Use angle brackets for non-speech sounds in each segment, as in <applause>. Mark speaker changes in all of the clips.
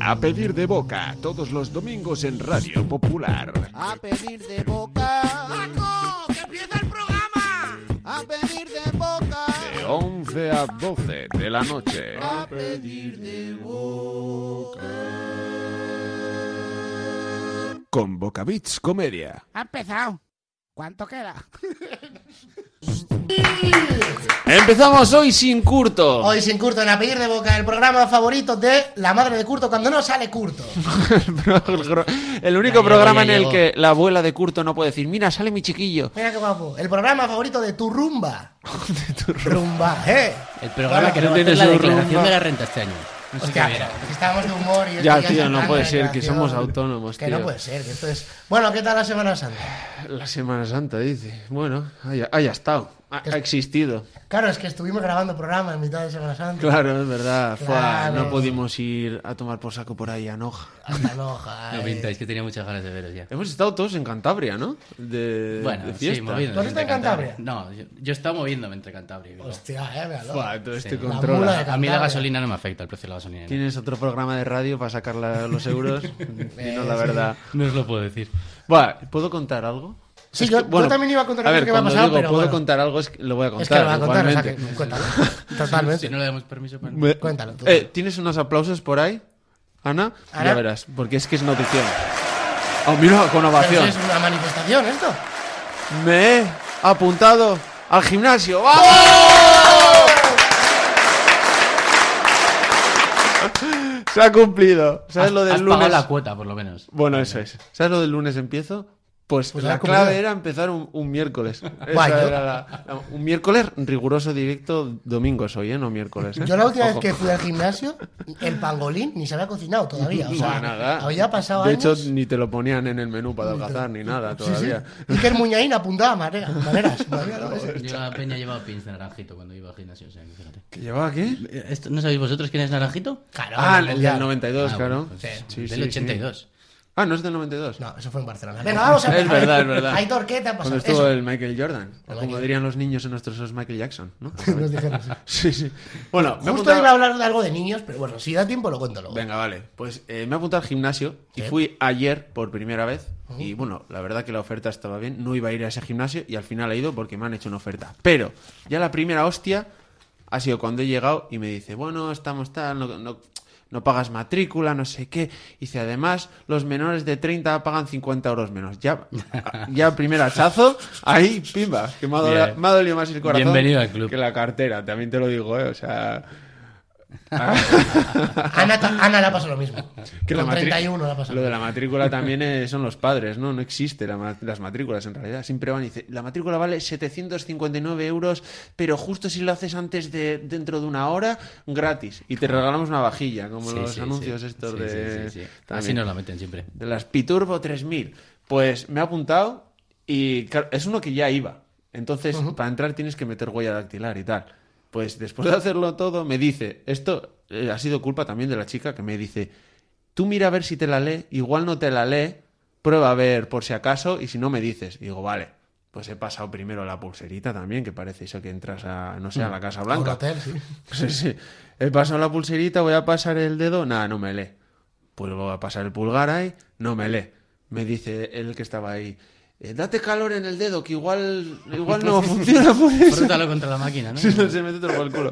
Speaker 1: A pedir de boca todos los domingos en Radio Popular.
Speaker 2: A pedir de boca.
Speaker 3: ¡Paco! ¡Que empieza el programa!
Speaker 2: A pedir de boca.
Speaker 1: De 11 a 12 de la noche.
Speaker 2: A pedir de boca.
Speaker 1: Con Boca Beats Comedia.
Speaker 3: Ha empezado. ¿Cuánto queda?
Speaker 4: Empezamos hoy sin curto.
Speaker 5: Hoy sin
Speaker 4: <laughs>
Speaker 5: curto en A Pedir de Boca, el programa favorito de la madre de curto cuando no sale curto.
Speaker 4: el único ya programa llegó, en el que la abuela de curto no puede decir, mira, sale mi chiquillo.
Speaker 5: Mira qué guapo. El programa favorito de tu
Speaker 4: <laughs>
Speaker 5: rumba. de tu rumba. rumba, eh.
Speaker 6: El programa claro, que no va a hacer la declaración rumba. de la renta este año.
Speaker 5: No sé Hostia, que estábamos de humor y
Speaker 4: Ya, tío, no puede ser que somos autónomos,
Speaker 5: Que
Speaker 4: tío.
Speaker 5: no puede ser, que esto es... Bueno, ¿qué tal la Semana Santa?
Speaker 4: La Semana Santa, dice. Bueno, haya, haya estado. Ha, ha, existido.
Speaker 5: Claro, es que estuvimos grabando programa en mitad de Semana Santa.
Speaker 4: Claro, es verdad. Claro. Fue, no pudimos ir a tomar por saco por ahí a Noja.
Speaker 5: Hasta
Speaker 4: <laughs>
Speaker 5: Noja.
Speaker 6: no pintáis, que tenía muchas ganas de veros ya.
Speaker 4: Hemos estado todos en Cantabria, ¿no? De,
Speaker 6: bueno,
Speaker 4: de fiesta.
Speaker 6: Sí, moviéndome
Speaker 5: ¿Tú has estado en Cantabria?
Speaker 6: No, yo, yo, he estado moviéndome entre Cantabria. Claro.
Speaker 5: Hostia, eh, véalo.
Speaker 4: Fua, todo este
Speaker 5: sí.
Speaker 4: control.
Speaker 6: A
Speaker 5: eh.
Speaker 6: mí la gasolina no me afecta, el precio de la gasolina.
Speaker 4: ¿Tienes otro programa de radio para sacar la,
Speaker 5: <laughs>
Speaker 4: los euros? Dinos
Speaker 5: Eh,
Speaker 4: la verdad.
Speaker 6: No os lo puedo decir.
Speaker 4: Bueno, ¿puedo contar algo?
Speaker 5: Sí, yo, que, bueno, yo, también iba a contar algo
Speaker 4: a ver,
Speaker 5: que me ha pasado,
Speaker 4: digo,
Speaker 5: pero
Speaker 4: puedo
Speaker 5: bueno.
Speaker 4: contar algo, es que lo voy a contar.
Speaker 5: Es que lo voy a contar,
Speaker 4: igualmente.
Speaker 5: O sea, que,
Speaker 4: <laughs>
Speaker 5: cuéntalo. Totalmente.
Speaker 6: Si no le damos permiso para...
Speaker 4: Me-
Speaker 5: Cuéntalo tú.
Speaker 4: Eh, ¿Tienes unos aplausos por ahí, Ana?
Speaker 5: Ana.
Speaker 4: Ya verás, porque es que es notición. Oh, mira, con
Speaker 5: Pero
Speaker 4: ovación.
Speaker 5: eso es una manifestación esto.
Speaker 4: Me he apuntado al
Speaker 2: ¡Oh!
Speaker 4: gimnasio. ¡Vamos! Se ha cumplido. ¿Sabes
Speaker 6: Has-
Speaker 4: lo del
Speaker 6: has pagado
Speaker 4: lunes?
Speaker 6: la cuota, por lo menos.
Speaker 4: Bueno, eso es. ¿Sabes lo del lunes empiezo? Pues,
Speaker 5: Pues la
Speaker 4: la clave
Speaker 5: comida.
Speaker 4: era empezar un, un
Speaker 5: <laughs>
Speaker 4: miércoles. Esa
Speaker 5: Vaya.
Speaker 4: era la- la- un miércoles riguroso directo domingo es hoy, ¿eh? No miércoles. ¿eh?
Speaker 5: Yo la última
Speaker 4: Ojo.
Speaker 5: vez que fui al gimnasio, el pangolín ni se había cocinado todavía. O sea,
Speaker 4: Buah, nada.
Speaker 5: había pasado
Speaker 4: De
Speaker 5: años.
Speaker 4: hecho, ni te lo ponían en el menú para adelgazar ni nada
Speaker 5: Sí, sí.
Speaker 4: todavía.
Speaker 5: Iker Muñain apuntaba manera-
Speaker 4: <laughs>
Speaker 5: maneras. Todavía no sé.
Speaker 6: Yo a la peña llevaba pins de naranjito cuando iba al gimnasio, o sea, que fíjate.
Speaker 4: ¿Que llevaba qué?
Speaker 6: Eh, esto- ¿No sabéis vosotros quién es naranjito?
Speaker 5: Claro,
Speaker 4: Ah,
Speaker 5: no,
Speaker 4: el
Speaker 5: ya.
Speaker 4: del 92,
Speaker 6: Ah,
Speaker 4: claro.
Speaker 6: bueno, pues
Speaker 4: Sí, sí,
Speaker 6: del
Speaker 4: sí.
Speaker 6: 82.
Speaker 4: Ah, no es del 92.
Speaker 5: No, eso fue en Barcelona. Venga, vamos a
Speaker 4: Es verdad, es verdad.
Speaker 5: Aitor, ¿qué te ha pasado?
Speaker 4: Cuando estuvo
Speaker 5: Eso.
Speaker 4: el Michael Jordan. O como
Speaker 5: Michael.
Speaker 4: dirían los niños en nuestros ojos, Michael Jackson, ¿no?
Speaker 5: <laughs> Nos dijeron eso.
Speaker 4: sí, sí. Bueno, me he
Speaker 5: Justo
Speaker 4: apuntado-
Speaker 5: iba a hablar de algo de niños, pero bueno, si da tiempo lo cuento luego.
Speaker 4: Venga, vale. Pues eh, me he apuntado al gimnasio y
Speaker 5: Sí.
Speaker 4: fui ayer por primera vez. Y bueno, la verdad que la oferta estaba bien. No iba a ir a ese gimnasio y al final he ido porque me han hecho una oferta. Pero ya la primera hostia ha sido cuando he llegado y me dice, bueno, estamos tal, no, no- no pagas matrícula, no sé qué. Y dice, además, los menores de 30 pagan 50 euros menos.
Speaker 6: <laughs>
Speaker 4: Ya, ya primer hachazo, ahí, pimba. Que me ha, dolido,
Speaker 6: Bien.
Speaker 4: me ha dolido más el corazón
Speaker 6: Bienvenido al club.
Speaker 4: que la cartera. También te lo digo, ¿eh? O sea...
Speaker 5: Ana, ta- Ana le ha pasado lo mismo.
Speaker 4: Que
Speaker 5: Con
Speaker 4: la matrí-
Speaker 5: 31 le ha pasado.
Speaker 4: Lo de la matrícula también eh, son los padres, ¿no? No existe la ma- las matrículas en realidad. Siempre van y dicen, la matrícula vale 759 euros, pero justo si lo haces antes de dentro de una hora, gratis. Y te regalamos una vajilla, como
Speaker 6: Sí,
Speaker 4: los
Speaker 6: sí,
Speaker 4: anuncios
Speaker 6: sí.
Speaker 4: estos
Speaker 6: Sí,
Speaker 4: de...
Speaker 6: sí, sí, sí. Así
Speaker 4: también.
Speaker 6: nos la meten <laughs> siempre.
Speaker 4: De las Piturbo 3000. Pues me ha apuntado y claro, es uno que ya iba. Entonces, para entrar tienes que meter huella dactilar y tal. Pues después de hacerlo todo, me dice, esto eh, ha sido culpa también de la chica que me dice, tú mira a ver si te la lee, igual no te la lee, prueba a ver por si acaso y si no me dices. Y digo, vale, pues he pasado primero la pulserita también, que parece eso que entras a, no sé, a la Casa
Speaker 5: A un
Speaker 4: Blanca.
Speaker 5: hotel, sí.
Speaker 4: <laughs> Sí, sí. He pasado la pulserita, voy a pasar el dedo. Nada, no me lee. Pues voy a pasar el pulgar ahí, no me lee. Me dice el que estaba ahí. eh, date calor en el dedo, que igual,
Speaker 6: <laughs>
Speaker 4: igual no funciona por eso.
Speaker 6: Frótalo contra la máquina, ¿no?
Speaker 4: Sí, no, se mete todo por el culo.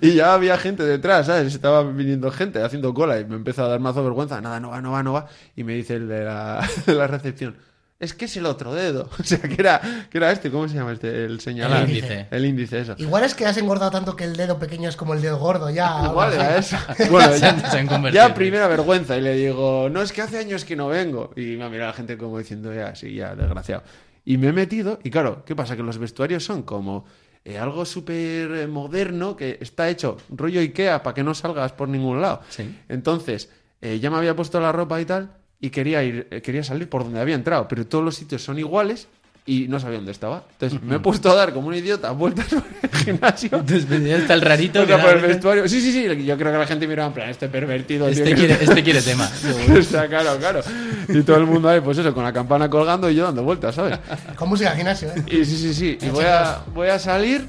Speaker 4: Y, y ya había gente detrás, ¿sabes? Estaba viniendo gente haciendo cola y me empezó a dar mazo vergüenza. Nada, no va, no va, no va. Y me dice el de la, <laughs> de la recepción. Es que es el otro dedo. <laughs> O sea, que era, que era este, ¿cómo se llama este? El señalar.
Speaker 6: El índice.
Speaker 4: El índice, eso.
Speaker 5: Igual es que has engordado tanto que el dedo pequeño es como el dedo gordo ya.
Speaker 4: <laughs> Igual
Speaker 5: Ahora
Speaker 4: era
Speaker 5: sí.
Speaker 6: <laughs>
Speaker 4: eso. Bueno,
Speaker 6: Ah, Se han- se han
Speaker 4: ya,
Speaker 6: convertido.
Speaker 4: ya primera vergüenza. Y le digo, no, es que hace años que no vengo. Y me ha mirado la gente como diciendo, ya, sí, ya, desgraciado. Y me he metido, y claro, ¿qué pasa? Que los vestuarios son como eh, algo súper eh, moderno que está hecho rollo Ikea para que no salgas por ningún lado.
Speaker 6: Sí.
Speaker 4: Entonces, eh, ya me había puesto la ropa y tal, y quería, ir, eh, quería salir por donde había entrado, pero todos los sitios son iguales. Y no sabía dónde estaba. Entonces me he puesto a dar como un idiota vueltas por el <laughs> gimnasio.
Speaker 6: Está el rarito.
Speaker 4: O
Speaker 6: que
Speaker 4: sea,
Speaker 6: da
Speaker 4: por el
Speaker 6: vueltas.
Speaker 4: vestuario. Sí, sí, sí. Yo creo que la gente miraba en plan, este pervertido. tío,
Speaker 6: Este
Speaker 4: que- <laughs>
Speaker 6: quiere, este quiere tema.
Speaker 4: O sea, claro, claro. Y todo el mundo ahí, pues eso, con la campana colgando y yo dando vueltas, ¿sabes?
Speaker 5: Con música de gimnasio, ¿eh?
Speaker 4: <laughs> Y sí, sí, sí. Y voy a, voy a salir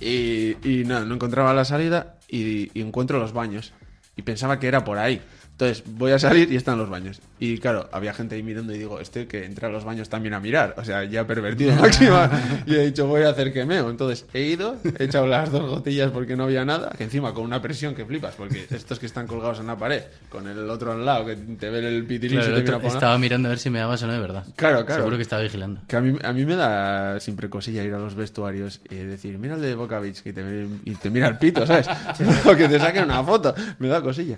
Speaker 4: y, y no, no encontraba la salida y, y encuentro los baños. y pensaba que era por ahí. Entonces voy a salir y están los baños. Y claro, había gente ahí mirando y digo, este que entra a los baños también a mirar. O sea, ya pervertido máxima. Y he dicho, voy a hacer que meo. Entonces he ido, he echado las dos gotillas porque no había nada. Que encima con una presión que flipas, porque estos que están colgados en la pared, con el otro al lado que te ve el pitilín
Speaker 6: Claro,
Speaker 4: se
Speaker 6: el
Speaker 4: te
Speaker 6: otro
Speaker 4: mira por
Speaker 6: estaba mirando a ver si me dabas o no de verdad.
Speaker 4: Claro, claro.
Speaker 6: Seguro que estaba vigilando.
Speaker 4: Que a mí, a mí me da siempre cosilla ir a los vestuarios y decir, mira el de Boca Beach que te, ve- y te mira el pito, ¿sabes? <laughs> O que te saquen una foto. Me da cosilla.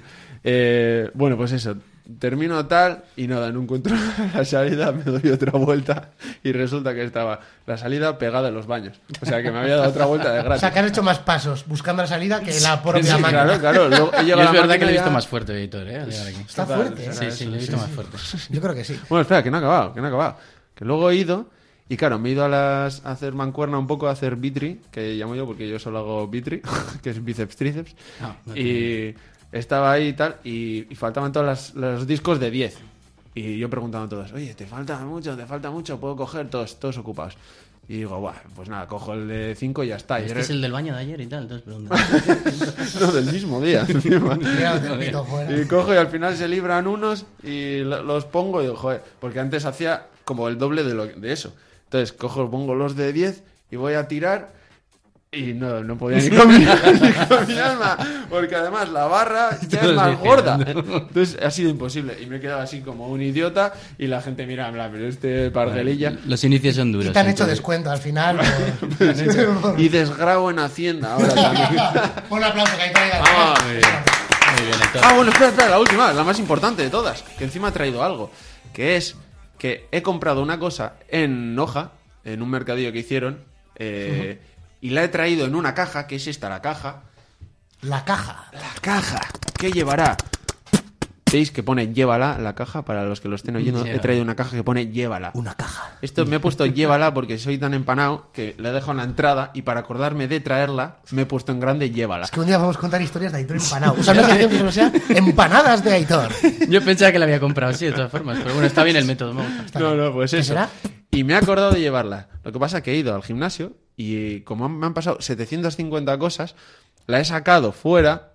Speaker 4: Eh, bueno, pues eso. Termino tal y nada, no encuentro <laughs> la salida, me doy otra vuelta y resulta que estaba la salida pegada en los baños. O sea que me había dado otra vuelta de
Speaker 5: O
Speaker 4: gratis.
Speaker 5: sea, que has hecho más pasos buscando la salida que la
Speaker 4: Sí,
Speaker 5: propia máquina.
Speaker 4: claro, claro. Luego
Speaker 6: <laughs>
Speaker 4: he
Speaker 6: Yo
Speaker 4: llegado a
Speaker 6: es verdad que
Speaker 4: la
Speaker 6: lo he
Speaker 4: máquina
Speaker 6: visto
Speaker 4: ya-
Speaker 6: más fuerte, Víctor, ¿eh? al llegar aquí.
Speaker 5: Está
Speaker 4: Total,
Speaker 5: fuerte,
Speaker 4: o
Speaker 5: ¿eh?
Speaker 4: sea,
Speaker 6: Sí, sí, lo he visto más fuerte.
Speaker 5: Yo creo que sí.
Speaker 4: Bueno, espera, que no ha acabado, que no ha acabado. Que luego he ido y claro, me he ido a las a hacer mancuerna un poco, a hacer bitri, que llamo yo porque yo solo hago bitri, <laughs> que es bíceps tríceps.
Speaker 6: Ah, no
Speaker 4: y estaba ahí y tal y, y faltaban todos las- los discos de 10. Y yo preguntaba a todos, "Oye, te falta mucho, te falta mucho, puedo coger todos todos ocupados." Y digo, "Buah, pues nada, cojo el de 5 y ya está." Y
Speaker 6: Este
Speaker 4: era-
Speaker 6: es el del baño de ayer y tal, entonces
Speaker 4: <laughs>
Speaker 6: preguntas.
Speaker 4: no, del mismo día. <laughs> encima.
Speaker 5: Mira, te pito fuera.
Speaker 4: Y cojo y al final se libran unos y lo- los pongo y digo, joder, porque antes hacía como el doble de, lo, de eso. Entonces cojo, pongo los de 10 y voy a tirar y no, no podía ni <laughs> con, mi, ni con mi alma, porque además la barra ya es
Speaker 6: Todos
Speaker 4: más gorda.
Speaker 6: vigilando.
Speaker 4: Entonces ha sido imposible y me he quedado así como un idiota y la gente mira, en plan, pero este pargelilla...
Speaker 6: Los inicios son duros.
Speaker 5: Y te han hecho
Speaker 6: entonces-
Speaker 5: descuento al final.
Speaker 4: <laughs>
Speaker 5: <laughs> por-
Speaker 4: Y desgrabo en Hacienda ahora también.
Speaker 5: <laughs> Un aplauso, que ahí te llega.
Speaker 4: Ah, muy bien.
Speaker 6: Muy bien, Héctor.
Speaker 4: Ah, bueno, espera, espera, la última, la más importante de todas, que encima ha traído algo, que es que he comprado una cosa en hoja, en un mercadillo que hicieron, eh, y la he traído en una caja, que es esta la caja,
Speaker 5: La caja.
Speaker 4: la caja, ¿qué llevará? ¿Veis que pone llévala la caja? Para los que lo estén oyendo, he
Speaker 6: Llévala.
Speaker 4: traído una caja que pone llévala.
Speaker 5: Una caja.
Speaker 4: Esto me he puesto llévala porque soy tan empanado que la he dejado en la entrada y para acordarme de traerla me he puesto en grande llévala.
Speaker 5: Es que un día vamos a contar historias de Aitor empanado.
Speaker 4: <laughs>
Speaker 5: O sea, no es que hacemos, o sea, empanadas de Aitor.
Speaker 6: Yo pensaba que la había comprado, sí, de todas formas. Pero bueno, está bien el método. me gusta.
Speaker 4: No, no, pues eso.
Speaker 5: será?
Speaker 4: Y me he acordado de llevarla. Lo que pasa que he ido al gimnasio y como han- me han pasado 750 cosas, la he sacado fuera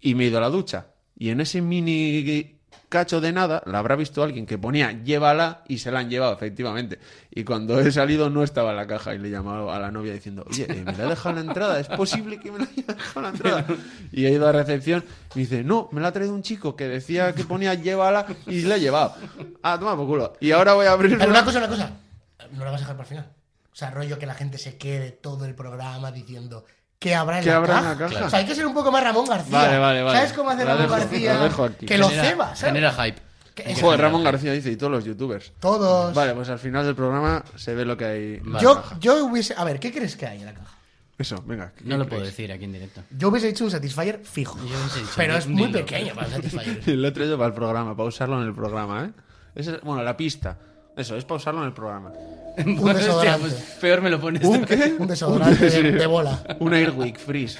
Speaker 4: y me he ido a la ducha. Y en ese mini cacho de nada, la habrá visto alguien que ponía llévala y se la han llevado, efectivamente. Y cuando he salido no estaba en la caja y le he llamado a la novia diciendo, oye, eh, me la he dejado en la entrada, es posible que me la haya dejado en la entrada. Y he ido a recepción y me dice, no, me la ha traído un chico que decía que ponía llévala y la he llevado. Ah, toma por culo. Y ahora voy a abrir
Speaker 5: Pero una cosa, una cosa. No la vas a dejar para el final. O sea, rollo que la gente se quede todo el programa diciendo ¿qué habrá en,
Speaker 4: ¿Qué
Speaker 5: la,
Speaker 4: habrá en
Speaker 5: caja?
Speaker 4: la caja?
Speaker 5: O sea, hay que ser un poco más Ramón García.
Speaker 4: Vale, vale, vale.
Speaker 5: ¿Sabes cómo hace
Speaker 4: La
Speaker 5: Ramón
Speaker 4: dejo-
Speaker 5: García?
Speaker 4: la dejo aquí.
Speaker 5: Que lo
Speaker 6: Genera-
Speaker 5: ceba, ¿sabes?
Speaker 6: Genera hype.
Speaker 5: Que- es-
Speaker 4: Joder, Ramón García dice, y todos los youtubers.
Speaker 5: Todos.
Speaker 4: Vale, pues al final del programa se ve lo que hay. en la
Speaker 5: yo,
Speaker 4: caja.
Speaker 5: yo hubiese. A ver, ¿qué crees que hay en la caja?
Speaker 4: Eso, venga. ¿qué
Speaker 6: No lo puedo
Speaker 4: creéis?
Speaker 6: decir aquí en directo.
Speaker 5: Yo hubiese hecho un Satisfyer fijo.
Speaker 6: Yo hubiese dicho,
Speaker 5: pero
Speaker 6: di-
Speaker 5: es muy
Speaker 6: dilo.
Speaker 5: pequeño para un Satisfyer.
Speaker 4: <laughs>
Speaker 6: <laughs>
Speaker 4: Lo he traído para el programa, para usarlo en el programa, ¿eh? Esa es- bueno, la pista. Eso, es para usarlo en el programa.
Speaker 6: <laughs> Hostia,
Speaker 5: desodorante.
Speaker 6: pues peor me lo pones.
Speaker 5: un desodorante de, de bola.
Speaker 4: Un Airwick Freeze.